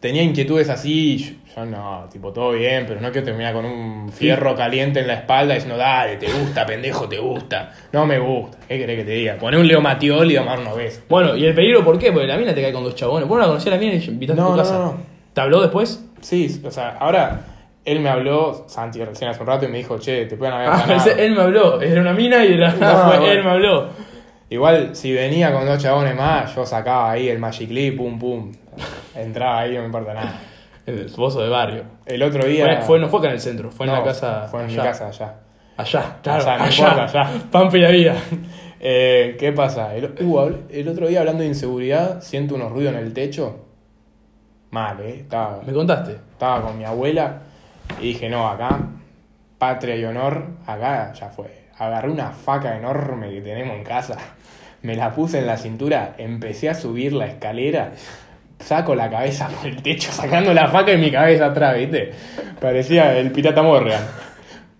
Speaker 2: Tenía inquietudes así, y yo, yo no, tipo, todo bien, pero no quiero terminar con un fierro caliente en la espalda y diciendo, dale, te gusta, pendejo, te gusta. No me gusta, ¿qué querés que te diga? Poné un Leo Matiol y tomar unos besos.
Speaker 1: Bueno, ¿y el peligro por qué? Porque la mina te cae con dos chabones. Vos no la conocías a la mina y invitaste a
Speaker 2: No,
Speaker 1: tu
Speaker 2: no,
Speaker 1: casa.
Speaker 2: no.
Speaker 1: ¿Te habló después?
Speaker 2: Sí, o sea, ahora él me habló, Santi, recién hace un rato y me dijo, che, te pueden haber
Speaker 1: Ah,
Speaker 2: ganado".
Speaker 1: pensé, él me habló. Era una mina y de la
Speaker 2: No,
Speaker 1: nada (laughs) fue,
Speaker 2: bueno.
Speaker 1: él me habló.
Speaker 2: Igual, si venía con dos chabones más, yo sacaba ahí el Magic Leap, pum, pum. Entraba ahí, no me importa nada.
Speaker 1: El foso de barrio.
Speaker 2: El otro
Speaker 1: Fue,
Speaker 2: día.
Speaker 1: fue- no fue acá en el centro, fue en
Speaker 2: no,
Speaker 1: la casa.
Speaker 2: Fue en
Speaker 1: allá.
Speaker 2: mi casa allá.
Speaker 1: Allá, claro.
Speaker 2: Allá,
Speaker 1: Allá,
Speaker 2: no importa, allá.
Speaker 1: Pampa y la vida.
Speaker 2: Eh, ¿Qué pasa? El, uh, habl- el otro día, hablando de inseguridad, siento unos ruidos en el techo. Mal, ¿eh? Estaba,
Speaker 1: ¿Me contaste?
Speaker 2: estaba con mi abuela y dije, no, acá, patria y honor, acá ya fue. Agarré una faca enorme que tenemos en casa, me la puse en la cintura, empecé a subir la escalera, saco la cabeza por el techo, sacando la faca y mi cabeza atrás, ¿viste? Parecía el pirata Morgan.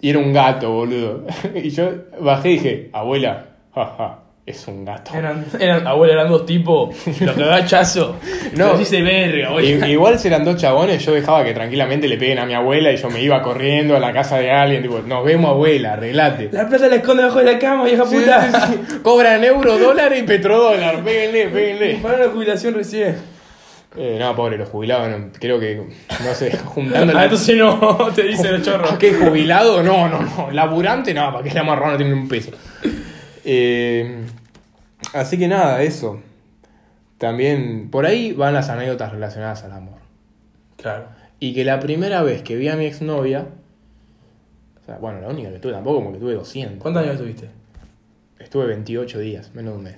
Speaker 2: Y era un gato, boludo. (laughs) Y yo bajé y dije, abuela, jaja, es un gato.
Speaker 1: Eran, eran, abuela, eran dos tipos. Los cagachazo.
Speaker 2: No.
Speaker 1: Los hice verga,
Speaker 2: I-
Speaker 1: oye.
Speaker 2: Igual si eran dos chabones, yo dejaba que tranquilamente le peguen a mi abuela y yo me iba corriendo a la casa de alguien, tipo, nos vemos abuela, arreglate.
Speaker 1: La plata la esconde debajo de la cama, vieja
Speaker 2: Sí,
Speaker 1: puta. (laughs)
Speaker 2: sí, sí. Cobran euro, dólar y petrodólar, péguenle, péguenle.
Speaker 1: Para la jubilación recién.
Speaker 2: Eh, no, pobre, los jubilados, no, creo que, no sé, juntando
Speaker 1: Ah,
Speaker 2: la-
Speaker 1: entonces no, (laughs) te dice el chorro.
Speaker 2: (laughs) ¿A qué jubilado? No, no, no. Laburante, no, para que la marrón no tiene un peso. Eh, así que nada, eso. También, por ahí van las anécdotas relacionadas al amor.
Speaker 1: Claro.
Speaker 2: Y que la primera vez que vi a mi exnovia, o sea, bueno, la única que tuve tampoco, como que tuve 200.
Speaker 1: ¿Cuántos años tuviste?
Speaker 2: Estuve 28 días, menos de un mes.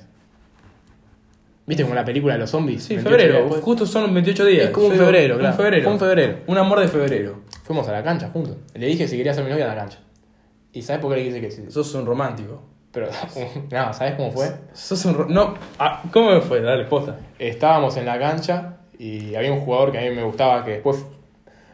Speaker 2: ¿Viste como la película de los zombies?
Speaker 1: Sí,
Speaker 2: 28
Speaker 1: febrero.
Speaker 2: días después.
Speaker 1: Justo son 28 días.
Speaker 2: Es como un
Speaker 1: Yo digo,
Speaker 2: febrero, claro.
Speaker 1: Un febrero.
Speaker 2: Fue un febrero.
Speaker 1: Un amor de febrero.
Speaker 2: Fuimos a la cancha juntos. Le dije si quería ser mi novia a la cancha. ¿Y sabes por qué le dije que sí?
Speaker 1: Sos un romántico.
Speaker 2: (laughs) Pero, no, ¿sabes cómo fue?
Speaker 1: Sos un... ro- No, ah, ¿cómo me fue? Dale, posta.
Speaker 2: Estábamos en la cancha y había un jugador que a mí me gustaba que después,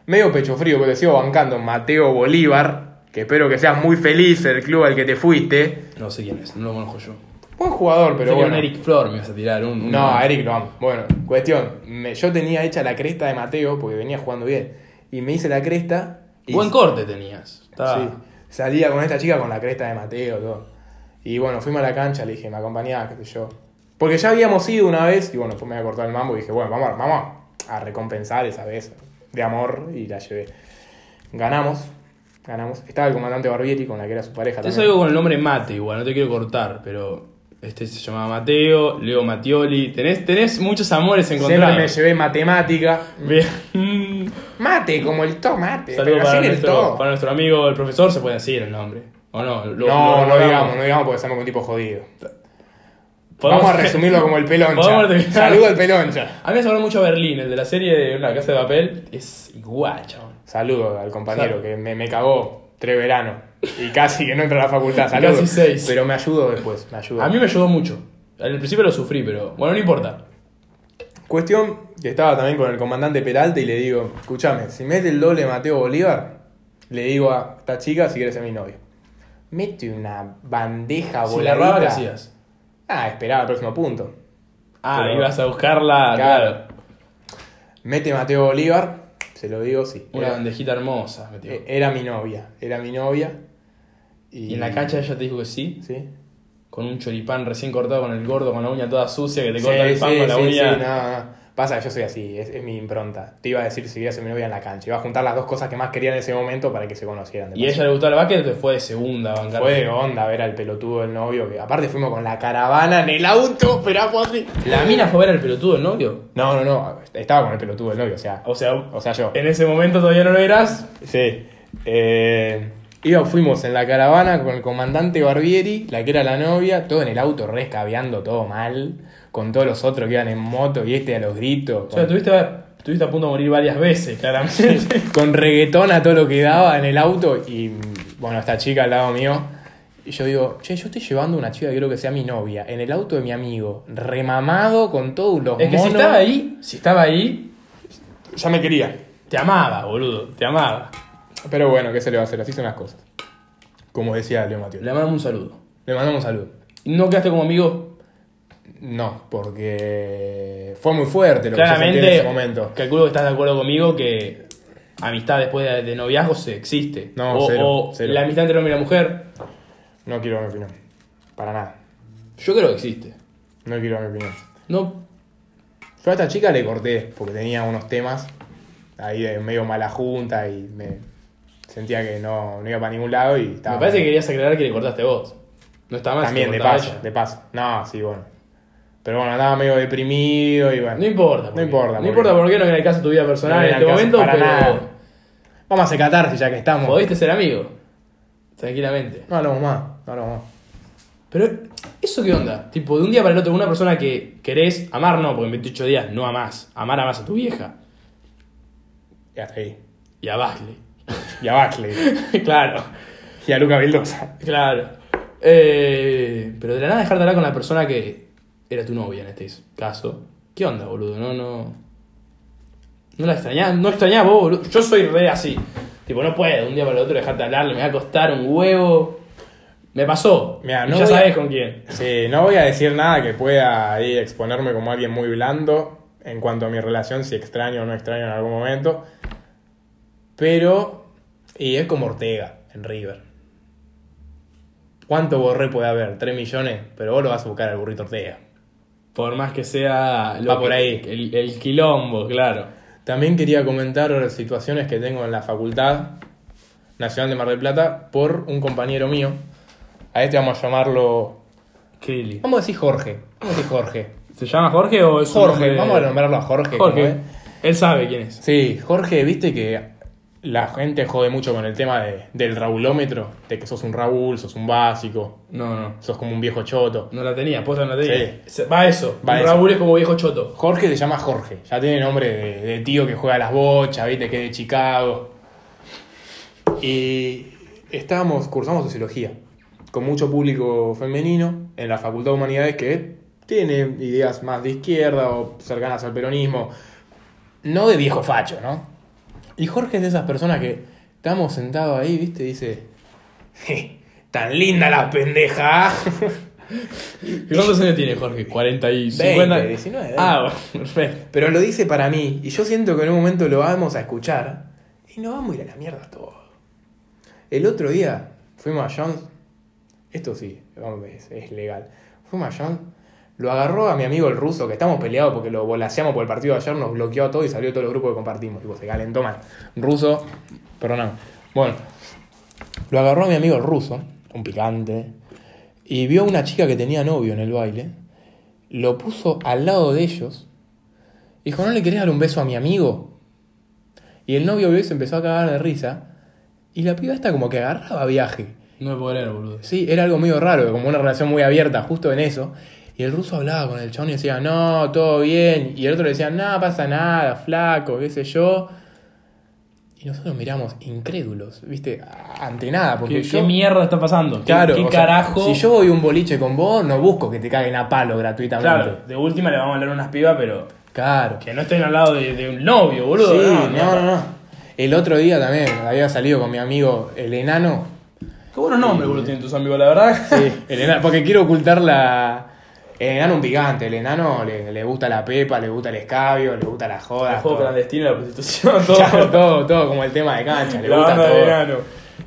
Speaker 2: medio pecho frío, que te sigo bancando, Mateo Bolívar, que espero que seas muy feliz el club al que te fuiste.
Speaker 1: No sé quién es, no lo conozco yo.
Speaker 2: Buen jugador, pero
Speaker 1: Pensé que era
Speaker 2: bueno.
Speaker 1: un Eric Flor me vas a tirar. Un, un-
Speaker 2: No, a Eric lo amo. Bueno, cuestión. me- yo tenía hecha la cresta de Mateo porque venía jugando bien. Y me hice la cresta. Y
Speaker 1: Buen corte tenías. Estaba-
Speaker 2: Sí. Salía con esta chica con la cresta de Mateo, todo. Y bueno, fuimos a la cancha, le dije, me acompañaba, qué sé yo. Porque ya habíamos ido una vez, y bueno, después me había cortado el mambo y dije, bueno, vamos, a- vamos a recompensar esa vez de amor, y la llevé. Ganamos, ganamos. Estaba el comandante Barbieri con la que era su pareja
Speaker 1: Es
Speaker 2: también.
Speaker 1: algo con el nombre Mate, igual, no te quiero cortar, pero este se llamaba Mateo, Leo Matioli. Tenés, tenés muchos amores
Speaker 2: Siempre me
Speaker 1: encontrados.
Speaker 2: llevé matemática.
Speaker 1: Bien.
Speaker 2: Mate, como el tomate,
Speaker 1: Saludo
Speaker 2: pero
Speaker 1: para,
Speaker 2: sin el
Speaker 1: nuestro,
Speaker 2: to.
Speaker 1: para nuestro amigo, el profesor, se puede decir el nombre. ¿O no? Lo-
Speaker 2: No,
Speaker 1: lo-
Speaker 2: no
Speaker 1: lo-
Speaker 2: digamos, no digamos porque estamos con un tipo jodido.
Speaker 1: Podemos- (laughs)
Speaker 2: Vamos a resumirlo como el
Speaker 1: Podemos
Speaker 2: peloncha.
Speaker 1: terminar.
Speaker 2: Saludo al peloncha.
Speaker 1: A mí me sobró mucho Berlín, el de la serie de una casa de papel. Es igual, chabón.
Speaker 2: Saludo al compañero
Speaker 1: Sal-
Speaker 2: que me, me cagó tres veranos y casi que no entra a
Speaker 1: (laughs)
Speaker 2: la facultad. Saludo.
Speaker 1: Casi seis.
Speaker 2: Pero me ayudó después, me ayudó.
Speaker 1: A mí me ayudó mucho. Al principio lo sufrí, pero bueno, no importa.
Speaker 2: Cuestión que estaba también con el comandante Peralta y le digo, escúchame, si mete el doble de Mateo Bolívar, le digo a esta chica si quieres ser mi novio. Mete una bandeja
Speaker 1: Si la
Speaker 2: voladita.
Speaker 1: raba, ¿qué hacías?
Speaker 2: Ah, esperaba el próximo punto.
Speaker 1: Ah,
Speaker 2: Pero-
Speaker 1: ibas a buscarla.
Speaker 2: Claro.
Speaker 1: Claro.
Speaker 2: Mete Mateo Bolívar, se lo digo, sí.
Speaker 1: Una
Speaker 2: Era,
Speaker 1: bandejita hermosa, metió.
Speaker 2: e- era mi novia, era mi novia.
Speaker 1: y en la cancha ella te dijo que sí.
Speaker 2: Sí.
Speaker 1: Con un choripán recién cortado con el gordo, con la uña toda sucia, que te corta el pan con la uña.
Speaker 2: sí, no, no. Pasa que yo soy así, es, es mi impronta. Te iba a decir si quería ser mi novia en la cancha. Iba a juntar las dos cosas que más quería en ese momento para que se conocieran. de
Speaker 1: Y a ella le gustaba el básquet, te fue de segunda a bancar.
Speaker 2: Fue de onda ver al pelotudo del novio, que aparte fuimos con la caravana en el auto, pero fue así.
Speaker 1: La mina fue a ver al pelotudo, el novio.
Speaker 2: No, no, no, estaba con el pelotudo del novio, o sea,
Speaker 1: O sea,
Speaker 2: o sea yo.
Speaker 1: en ese momento todavía no lo eras.
Speaker 2: Sí. Eh, iba, fuimos en la caravana con el comandante Barbieri, la que era la novia, todo en el auto rescabeando, todo mal, con todos los otros que iban en moto y este a los gritos.
Speaker 1: O sea, tuviste, tuviste a punto de morir varias veces, claramente.
Speaker 2: con reggaetón a todo lo que daba en el auto y bueno, esta chica al lado mío. Y yo digo, che, yo estoy llevando una chica que creo que sea mi novia en el auto de mi amigo, remamado con todos
Speaker 1: (laughs)
Speaker 2: los
Speaker 1: es que si
Speaker 2: monos.
Speaker 1: estaba ahí, si estaba ahí,
Speaker 2: Ya me quería.
Speaker 1: te amaba, boludo, te amaba.
Speaker 2: Pero bueno, ¿qué se le va a hacer? Así son las cosas. Como decía Leo Mateo.
Speaker 1: Le mandamos un saludo.
Speaker 2: Le mandamos un saludo.
Speaker 1: ¿No quedaste como amigo?
Speaker 2: No, porque fue muy fuerte lo que yo sentí
Speaker 1: claramente,
Speaker 2: en ese momento.
Speaker 1: calculo que estás de acuerdo conmigo que amistad después de, de noviazgo se existe.
Speaker 2: No,
Speaker 1: o,
Speaker 2: cero,
Speaker 1: o
Speaker 2: cero.
Speaker 1: la amistad entre el hombre y la mujer,
Speaker 2: No quiero mi opinión. Para nada.
Speaker 1: yo creo que existe.
Speaker 2: No quiero mi opinión.
Speaker 1: No,
Speaker 2: Yo a esta chica le corté porque tenía unos temas ahí de medio mala junta y me sentía que no, no iba para ningún lado y estaba.
Speaker 1: me parece que querías aclarar que le cortaste vos. No está mal. si
Speaker 2: También,
Speaker 1: te
Speaker 2: de
Speaker 1: cortaba
Speaker 2: paso,
Speaker 1: ella.
Speaker 2: de paso. No, sí, bueno. Pero bueno, andaba medio deprimido y bueno.
Speaker 1: No importa.
Speaker 2: No importa,
Speaker 1: No
Speaker 2: porque-
Speaker 1: importa por qué no viene el caso de tu vida
Speaker 2: No
Speaker 1: personal en
Speaker 2: viene
Speaker 1: este
Speaker 2: al caso
Speaker 1: momento,
Speaker 2: para
Speaker 1: pero
Speaker 2: nada. Vamos a hacer catarsis ya que estamos.
Speaker 1: podiste ser amigo. Tranquilamente.
Speaker 2: No hablamos más, no hablamos más.
Speaker 1: Pero, ¿eso qué onda? Tipo, de un día para el otro, una persona que querés amar, no, porque en 28 días no amás. Amar amás a tu vieja
Speaker 2: Y hasta ahí.
Speaker 1: y a Basley.
Speaker 2: Y a Buckley.
Speaker 1: (laughs) claro,
Speaker 2: y a Luca Vildosa.
Speaker 1: claro. Eh, pero de la nada dejarte hablar con la persona que era tu novia en este caso. ¿Qué onda, boludo? No, no. No la extrañás, no extrañás vos, boludo. Yo soy re así. Tipo, no puedo de un día para el otro dejarte hablarle, me va a costar un huevo. Me pasó.
Speaker 2: Mirá,
Speaker 1: Y
Speaker 2: no
Speaker 1: ya
Speaker 2: voy a-
Speaker 1: sabes con quién.
Speaker 2: Sí, no voy a decir nada que pueda ahí exponerme como alguien muy blando en cuanto a mi relación, si extraño o no extraño en algún momento. Pero. Y es como Ortega en River. ¿Cuánto borré puede haber? ¿3 millones? Pero vos lo vas a buscar al burrito Ortega.
Speaker 1: Por más que sea.
Speaker 2: Va por
Speaker 1: que-
Speaker 2: ahí.
Speaker 1: El, el quilombo, claro.
Speaker 2: También quería comentar situaciones que tengo en la Facultad Nacional de Mar del Plata por un compañero mío. A este vamos a llamarlo.
Speaker 1: Krili.
Speaker 2: Vamos a decir Jorge. Vamos a decir Jorge.
Speaker 1: ¿Se llama Jorge o es un
Speaker 2: Jorge,
Speaker 1: nombre-
Speaker 2: vamos a nombrarlo a Jorge. como ¿eh? es.
Speaker 1: Jorge. Él sabe quién es.
Speaker 2: Sí, Jorge, viste que la gente jode mucho con el tema de- del rabulómetro, de que sos un rabul, sos un básico,
Speaker 1: No, no.
Speaker 2: sos como un viejo choto.
Speaker 1: No la tenía, posta no la tenía.
Speaker 2: Sí.
Speaker 1: Se- Va eso.
Speaker 2: Va
Speaker 1: Un
Speaker 2: eso.
Speaker 1: Raúl es como viejo
Speaker 2: (laughs)
Speaker 1: choto.
Speaker 2: Jorge se llama Jorge, ya tiene nombre de, de tío que juega a las bochas, viste que es de Chicago. Y estábamos, cursamos sociología, con mucho público femenino en la Facultad de Humanidades que tiene ideas más de izquierda o cercanas al peronismo, no de viejo facho, ¿no? Y Jorge es de esas personas que estamos sentados ahí, viste, y dice, "Je, tan linda la pendeja.
Speaker 1: ¿Y cuántos años tiene Jorge? 40 y 50.
Speaker 2: 19,
Speaker 1: Ah, bueno, perfecto.
Speaker 2: Pero lo dice para mí, y yo siento que en un momento lo vamos a escuchar, y nos vamos a ir a la mierda todo. El otro día fuimos a Jones, esto sí, vamos, es, es legal. Fuimos a Jones, lo agarró a mi amigo el ruso, que estamos peleados porque lo volaseamos por el partido de ayer, nos bloqueó a todos y salió de todos los grupos que compartimos. Tipo, se calentó mal. Ruso, perdóname. Bueno, lo agarró a mi amigo el ruso, un picante, y vio a una chica que tenía novio en el baile, lo puso al lado de ellos. Dijo, ¿no le querés dar un beso a mi amigo? Y el novio vio y se empezó a cagar de risa. Y la piba esta como que agarraba viaje.
Speaker 1: No me puedo leer, boludo.
Speaker 2: Sí, era algo medio raro, como una relación muy abierta, justo en eso. Y el ruso hablaba con el chabón y decía, no, todo bien. Y el otro le decía, no, pasa nada, flaco, qué sé yo. Y nosotros miramos incrédulos, ¿viste? Ante nada, porque
Speaker 1: ¿Qué,
Speaker 2: yo...
Speaker 1: qué mierda está pasando? ¿Qué,
Speaker 2: Claro,
Speaker 1: qué
Speaker 2: o sea,
Speaker 1: carajo?
Speaker 2: si yo voy a un boliche con vos, no busco que te caguen a palo gratuitamente.
Speaker 1: Claro, de última le vamos a hablar a unas pibas, pero
Speaker 2: Claro.
Speaker 1: que no estén al lado de, de un novio, boludo.
Speaker 2: Sí,
Speaker 1: no,
Speaker 2: no, no, no. El otro día también había salido con mi amigo el enano.
Speaker 1: Qué buenos nombres, boludo, tienen tus amigos, la verdad. (laughs)
Speaker 2: El enano, porque quiero ocultar la. El enano un picante, el enano le, le gusta la pepa, le gusta el escabio, le gusta la joda.
Speaker 1: El juego
Speaker 2: todo.
Speaker 1: clandestino, la prostitución, todo.
Speaker 2: (laughs) Claro, todo, todo, como el tema de cancha, le
Speaker 1: la
Speaker 2: gusta
Speaker 1: banda
Speaker 2: todo.
Speaker 1: de enano.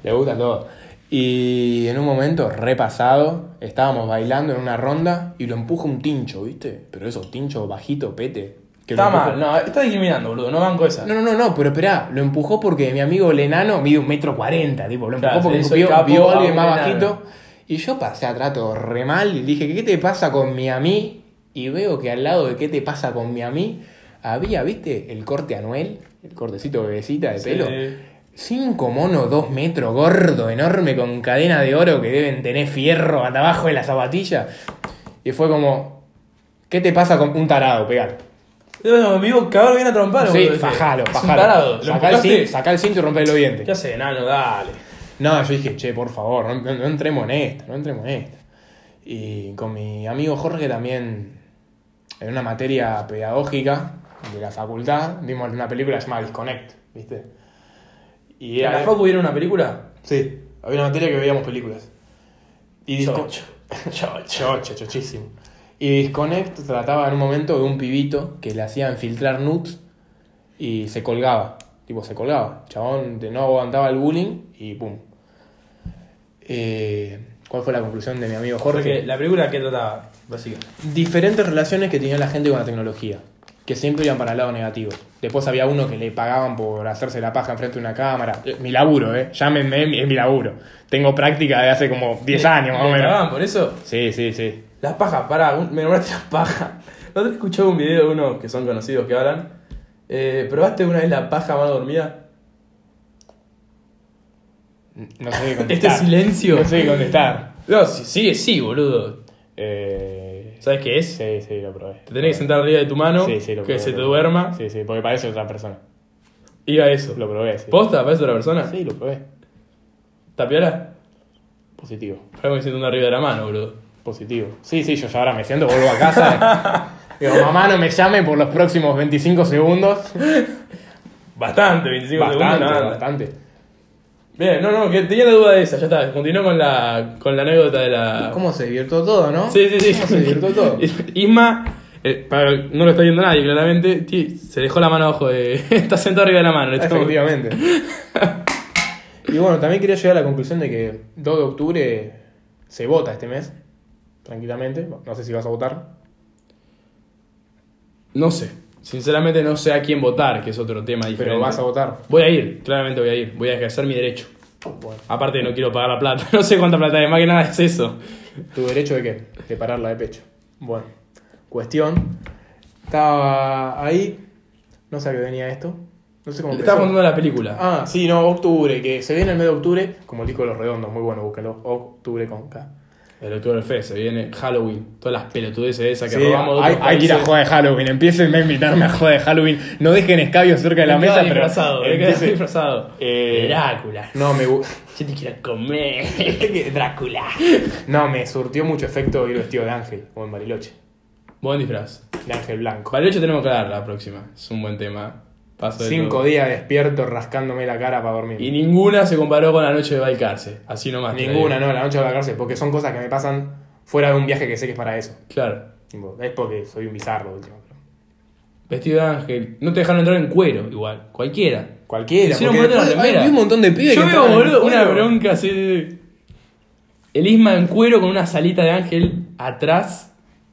Speaker 2: Le gusta todo. Y en un momento repasado, estábamos bailando en una ronda y lo empuja un tincho, ¿viste? Pero esos tinchos bajito, pete. que lo
Speaker 1: Está
Speaker 2: empuja-
Speaker 1: mal, no, está discriminando, boludo, no banco esa.
Speaker 2: No, no, no, no, pero esperá, lo empujó porque mi amigo el enano mide un metro cuarenta, tipo, lo empujó
Speaker 1: Claro, se
Speaker 2: porque
Speaker 1: hizo
Speaker 2: vio,
Speaker 1: capo
Speaker 2: vio a
Speaker 1: a
Speaker 2: alguien
Speaker 1: un
Speaker 2: más
Speaker 1: enano.
Speaker 2: bajito. Y yo pasé a trato re mal y dije, ¿qué te pasa con mi a mí? Y veo que al lado de qué te pasa con mi a mí, había, ¿viste? El corte anuel, el cortecito bebecita de
Speaker 1: Sí.
Speaker 2: pelo. Cinco monos, dos metros, gordo, enorme, con cadena de oro que deben tener fierro hasta abajo de la zapatilla. Y fue como, ¿qué te pasa con un tarado, pegar?
Speaker 1: No, vivo cabrón viene a trompar,
Speaker 2: Sí,
Speaker 1: boludo.
Speaker 2: fajalo,
Speaker 1: Es un tarado.
Speaker 2: fajalo.
Speaker 1: ¿Lo
Speaker 2: Sacá el,
Speaker 1: empujaste?
Speaker 2: cinto, sacá el cinto y rompe los
Speaker 1: ¿Qué
Speaker 2: dientes.
Speaker 1: hace, enano? Dale.
Speaker 2: No, yo dije, che, por favor, no, no- no entremos en esta, no entremos en esta. Y con mi amigo Jorge también, en una materia pedagógica de la facultad, vimos una película llamada Disconnect, ¿viste? Y
Speaker 1: ¿En
Speaker 2: era-
Speaker 1: la Facu vieron una película?
Speaker 2: Sí, había una materia que veíamos películas. Y Disco-
Speaker 1: Chocho.
Speaker 2: (laughs)
Speaker 1: Chocho.
Speaker 2: Chocho, chochísimo. Y Disconnect trataba en un momento de un pibito que le hacían filtrar nudes y se colgaba. Tipo, se colgaba. Chabón de no aguantaba el bullying y pum. Eh, ¿Cuál fue la conclusión de mi amigo
Speaker 1: Porque
Speaker 2: Jorge?
Speaker 1: la película que trataba, básicamente.
Speaker 2: Diferentes relaciones que tenía la gente con la tecnología, que siempre iban para el lado negativo. Después había uno que le pagaban por hacerse la paja enfrente de una cámara. Eh, Mi laburo, ¿eh? Llámenme, es mi laburo. Tengo práctica de hace como 10 años más o
Speaker 1: ¿Le
Speaker 2: menos.
Speaker 1: pagaban por eso?
Speaker 2: Sí, sí, sí.
Speaker 1: Las pajas, pará, un- me nombraste las pajas. La otra vez escuchaba un video de unos que son conocidos que hablan. Eh, ¿Probaste una vez la paja mal dormida?
Speaker 2: No sé qué
Speaker 1: Este
Speaker 2: contestar.
Speaker 1: silencio.
Speaker 2: No sé qué contestar.
Speaker 1: No, sí, sí, sí, boludo.
Speaker 2: Eh,
Speaker 1: ¿Sabes qué es?
Speaker 2: sí, sí, lo probé.
Speaker 1: Te tenés que sentar arriba de tu mano,
Speaker 2: Sí, sí, lo
Speaker 1: que
Speaker 2: probé,
Speaker 1: se
Speaker 2: lo
Speaker 1: te
Speaker 2: probé.
Speaker 1: duerma.
Speaker 2: Sí, sí, porque parece otra persona.
Speaker 1: Iba a eso.
Speaker 2: Lo probé, sí.
Speaker 1: ¿Posta? ¿Parece otra persona?
Speaker 2: Sí, lo probé.
Speaker 1: ¿Tapiola?
Speaker 2: Positivo.
Speaker 1: Pará que me siento arriba de la mano, boludo.
Speaker 2: Positivo. Sí, sí, yo ya ahora me siento, vuelvo a casa. eh.
Speaker 1: (laughs)
Speaker 2: Digo, mamá, no me llame por los próximos 25 segundos.
Speaker 1: Bastante, 25
Speaker 2: bastante,
Speaker 1: segundos. nada.
Speaker 2: bastante.
Speaker 1: Bien, no, no, que tenía la duda de esa, ya está. Continuó con la, con la anécdota de la.
Speaker 2: ¿Cómo se divirtió todo, no?
Speaker 1: Sí, sí, sí.
Speaker 2: ¿Cómo se divirtió todo?
Speaker 1: (laughs) Isma, eh, para- no lo está viendo nadie, claramente. ti- se dejó la mano abajo de. (laughs) está sentado arriba de la mano. le estamos- (laughs)
Speaker 2: Efectivamente. y bueno, también quería llegar a la conclusión de que 2 de octubre se vota este mes, tranquilamente. No sé si vas a votar.
Speaker 1: No sé. Sinceramente no sé a quién votar, que es otro tema diferente.
Speaker 2: Pero vas a votar.
Speaker 1: Voy a ir, claramente voy a ir. Voy a ejercer mi derecho. Aparte no quiero pagar la plata. (laughs) No sé cuánta plata es, más que nada es eso.
Speaker 2: ¿Tu derecho de qué? De pararla de pecho. Bueno, cuestión. Estaba ahí. No sé a qué venía esto. No sé cómo
Speaker 1: Le
Speaker 2: empezó.
Speaker 1: estaba contando la película.
Speaker 2: Ah, sí, no, octubre, que se viene el mes de octubre, como el disco de los redondos, muy bueno, búsquenlo. Octubre con K.
Speaker 1: El Octubre Fest, se viene Halloween. Todas las pelotudeces esas que
Speaker 2: Sí,
Speaker 1: robamos eh. de
Speaker 2: hay,
Speaker 1: otros
Speaker 2: hay que ir a
Speaker 1: países.
Speaker 2: joda de Halloween. Empiecen a invitarme a joda de Halloween. No dejen escabios cerca de la
Speaker 1: Me
Speaker 2: mesa,
Speaker 1: queda
Speaker 2: pero.
Speaker 1: disfrazado, me queda
Speaker 2: empiecen-
Speaker 1: disfrazado.
Speaker 2: Eh,
Speaker 1: Drácula.
Speaker 2: No me, gu-
Speaker 1: Yo te quiero comer. (laughs) Drácula.
Speaker 2: no, me surtió mucho efecto ir vestido de ángel, como en Bariloche.
Speaker 1: Buen disfraz.
Speaker 2: De ángel blanco.
Speaker 1: Vale, hecho tenemos que dar la próxima. Es un buen tema. Paso de
Speaker 2: Cinco
Speaker 1: todo.
Speaker 2: días despierto rascándome la cara para dormir.
Speaker 1: Y ninguna se comparó con la noche de Balcarce. Así nomás. te lo
Speaker 2: Ninguna,
Speaker 1: digo.
Speaker 2: no, la noche de la cárcel, porque son cosas que me pasan fuera de un viaje que sé que es para eso.
Speaker 1: Claro.
Speaker 2: Tipo, Es porque soy un bizarro, último.
Speaker 1: Vestido de ángel. No te dejaron entrar en cuero, igual. Cualquiera.
Speaker 2: Cualquiera.
Speaker 1: Hicieron
Speaker 2: porque
Speaker 1: ponerte la
Speaker 2: después-
Speaker 1: remera.
Speaker 2: hay un montón de pibes
Speaker 1: Yo
Speaker 2: que
Speaker 1: veo,
Speaker 2: estaban en
Speaker 1: boludo, una
Speaker 2: cuero.
Speaker 1: bronca así. de- El Isma en cuero con una salita de ángel atrás.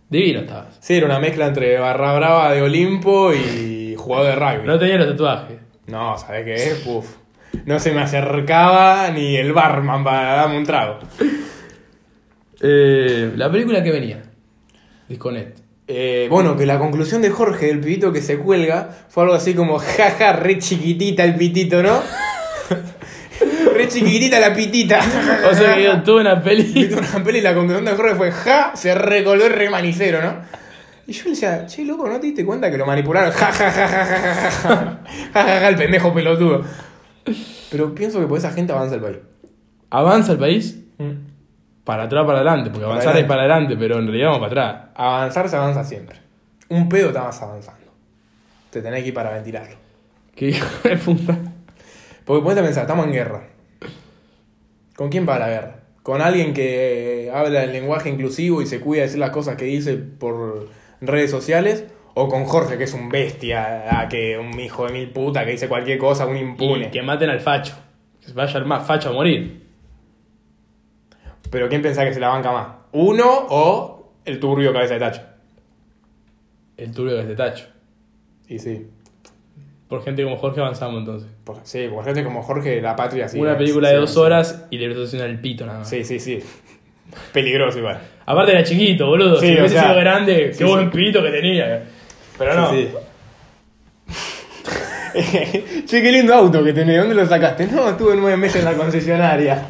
Speaker 1: Divino estabas.
Speaker 2: Sí, era una mezcla entre barra brava de Olimpo y jugador de rugby.
Speaker 1: No tenía los tatuajes.
Speaker 2: No, ¿sabés qué es? Uf. No se me acercaba ni el barman para darme un trago.
Speaker 1: Eh, la película que venía. Disconnect.
Speaker 2: Eh, bueno, que la conclusión de Jorge, del pibito que se cuelga, fue algo así como, jaja, re chiquitita el pitito, ¿no? (laughs) re chiquitita la pitita.
Speaker 1: O sea que yo tuve una peli.
Speaker 2: (laughs) Viste una peli y la conclusión de Jorge fue, ja, se recoló el remanicero, ¿no? Y yo le decía, che, loco, ¿no te diste cuenta que lo manipularon? (laughs) Ja, ja, ja, ja, ja, ja, ja, ja, ja, ja, ja, el pendejo pelotudo. Pero pienso que por esa gente avanza el país.
Speaker 1: Avanza el país Mm. para atrás, para adelante. Porque
Speaker 2: Para
Speaker 1: avanzar
Speaker 2: adelante.
Speaker 1: es para adelante, pero en realidad vamos para atrás.
Speaker 2: Avanzar se avanza siempre. Un pedo te vas avanzando. Te tenés que ir para ventilarlo.
Speaker 1: Qué hijo de puta.
Speaker 2: Porque ponete a pensar, estamos en guerra. ¿Con quién va la guerra? ¿Con alguien que eh, habla el lenguaje inclusivo y se cuida de decir las cosas que dice por redes sociales? ¿O con Jorge, que es un bestia, ah, que un hijo de mil puta, que dice cualquier cosa, un impune?
Speaker 1: Y que maten al facho. Que se vaya el más facho a morir.
Speaker 2: ¿Pero quién pensás que se la banca más? ¿Uno o el turbio cabeza de tacho?
Speaker 1: El turbio de este tacho.
Speaker 2: Y sí.
Speaker 1: Por gente como Jorge avanzamos entonces.
Speaker 2: Por, sí, por gente como Jorge, la patria. Sí,
Speaker 1: una
Speaker 2: es-
Speaker 1: película
Speaker 2: sí,
Speaker 1: de dos
Speaker 2: sí.
Speaker 1: horas y le estoy haciendo el pito nada más.
Speaker 2: Sí, sí, sí. Peligroso igual.
Speaker 1: Aparte era chiquito, boludo.
Speaker 2: Sí,
Speaker 1: si
Speaker 2: o
Speaker 1: hubiese
Speaker 2: sea,
Speaker 1: sido grande,
Speaker 2: sí,
Speaker 1: qué
Speaker 2: sí.
Speaker 1: buen pito que tenía. Pero no.
Speaker 2: Sí, sí. (laughs) che, qué lindo auto que tenés. ¿Dónde lo sacaste? No, estuve nueve meses en la concesionaria.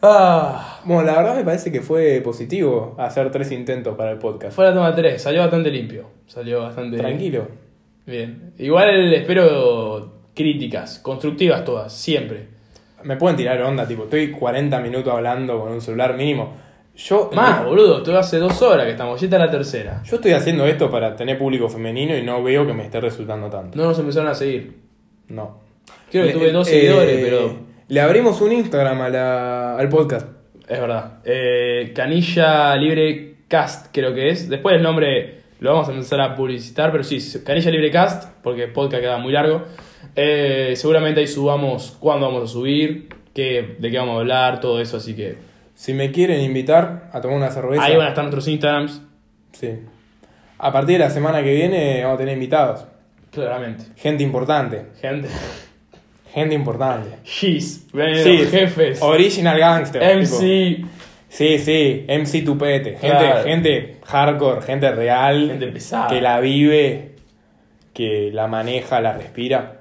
Speaker 1: Ah,
Speaker 2: Bueno, la verdad me parece que fue positivo hacer tres intentos para el podcast.
Speaker 1: fue la toma 3, salió bastante limpio. Salió bastante.
Speaker 2: Tranquilo.
Speaker 1: Bien. Igual espero críticas, constructivas todas, siempre.
Speaker 2: Me pueden tirar onda, tipo, estoy 40 minutos hablando con un celular mínimo. Yo,
Speaker 1: Más, boludo, estoy hace dos horas que estamos, ya está la tercera.
Speaker 2: yo estoy haciendo esto para tener público femenino y no veo que me esté resultando tanto.
Speaker 1: No nos empezaron a seguir.
Speaker 2: No.
Speaker 1: Creo que
Speaker 2: Le-
Speaker 1: tuve dos
Speaker 2: eh,
Speaker 1: seguidores, pero.
Speaker 2: Le abrimos un Instagram a la- al podcast.
Speaker 1: Es verdad. Eh, Canilla Libre Cast, creo que es. Después el nombre lo vamos a empezar a publicitar, pero sí, Canilla Libre Cast, porque el podcast queda muy largo. Eh, seguramente ahí subamos cuándo vamos a subir, qué, de qué vamos a hablar, todo eso, así que.
Speaker 2: Si me quieren invitar a tomar una cerveza.
Speaker 1: Ahí van a estar nuestros Instagrams,
Speaker 2: Sí. A partir de la semana que viene vamos a tener invitados.
Speaker 1: claramente.
Speaker 2: Gente importante.
Speaker 1: Gente.
Speaker 2: Gente importante.
Speaker 1: Jeez, ven,
Speaker 2: Sí.
Speaker 1: jefes.
Speaker 2: Original gangster. tipo.
Speaker 1: MC.
Speaker 2: Sí, sí. MC Tupete. Gente,
Speaker 1: Claro.
Speaker 2: gente hardcore, gente real.
Speaker 1: Gente pesada.
Speaker 2: Que la vive, que la maneja, la respira.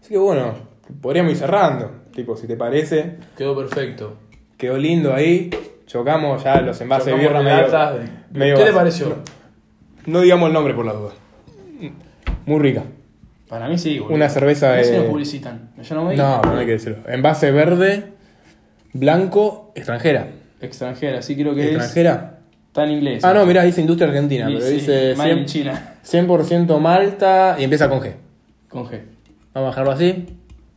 Speaker 2: Así que bueno, podríamos ir cerrando. Tipo, si te parece,
Speaker 1: Quedó perfecto.
Speaker 2: quedó lindo ahí. Chocamos ya los envases de
Speaker 1: Chocamos
Speaker 2: birra medio-
Speaker 1: latas de-
Speaker 2: medio
Speaker 1: ¿Qué te
Speaker 2: vacío.
Speaker 1: pareció?
Speaker 2: No digamos el nombre por la duda. Muy rica.
Speaker 1: Para mí sí, boludo.
Speaker 2: Una cerveza
Speaker 1: No sé si
Speaker 2: de-
Speaker 1: nos publicitan. Ya no me
Speaker 2: No, no hay que decirlo. Envase verde, blanco, extranjera.
Speaker 1: Extranjera, sí creo que es.
Speaker 2: ¿Extranjera?
Speaker 1: Está en inglés.
Speaker 2: Ah, no, mirá, dice industria argentina,
Speaker 1: Y
Speaker 2: pero
Speaker 1: sí,
Speaker 2: dice
Speaker 1: Made in
Speaker 2: 100%,
Speaker 1: China.
Speaker 2: 100% Malta y empieza con G.
Speaker 1: Con G.
Speaker 2: Vamos a dejarlo así.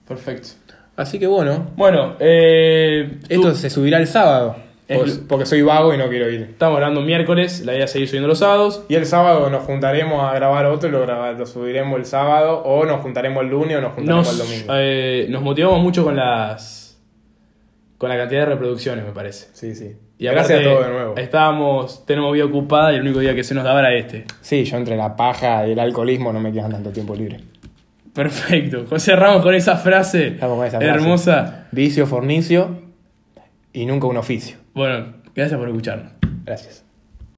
Speaker 1: Perfecto.
Speaker 2: Así que bueno,
Speaker 1: Bueno, eh, tú-
Speaker 2: esto se subirá el sábado.
Speaker 1: Es-
Speaker 2: Porque- porque soy vago y no quiero ir.
Speaker 1: estamos grabando un miércoles. La idea es seguir subiendo los sábados.
Speaker 2: Y el sábado nos juntaremos a grabar otro y lo, graba- lo subiremos el sábado, o nos juntaremos el lunes o nos juntaremos el
Speaker 1: Nos,
Speaker 2: domingo.
Speaker 1: eh, nos motivamos mucho con las con la cantidad de reproducciones, me parece.
Speaker 2: Sí, sí.
Speaker 1: Y
Speaker 2: Gracias a
Speaker 1: aparte,
Speaker 2: todos de nuevo.
Speaker 1: Estábamos, tenemos vida ocupada y el único día que se nos daba era este.
Speaker 2: Sí, yo entre la paja y el alcoholismo no me quedan tanto tiempo libre.
Speaker 1: Perfecto. Cerramos con esa frase
Speaker 2: Vamos con esa frase.
Speaker 1: hermosa.
Speaker 2: Vicio, fornicio y nunca un oficio.
Speaker 1: Bueno, gracias por escucharnos.
Speaker 2: Gracias.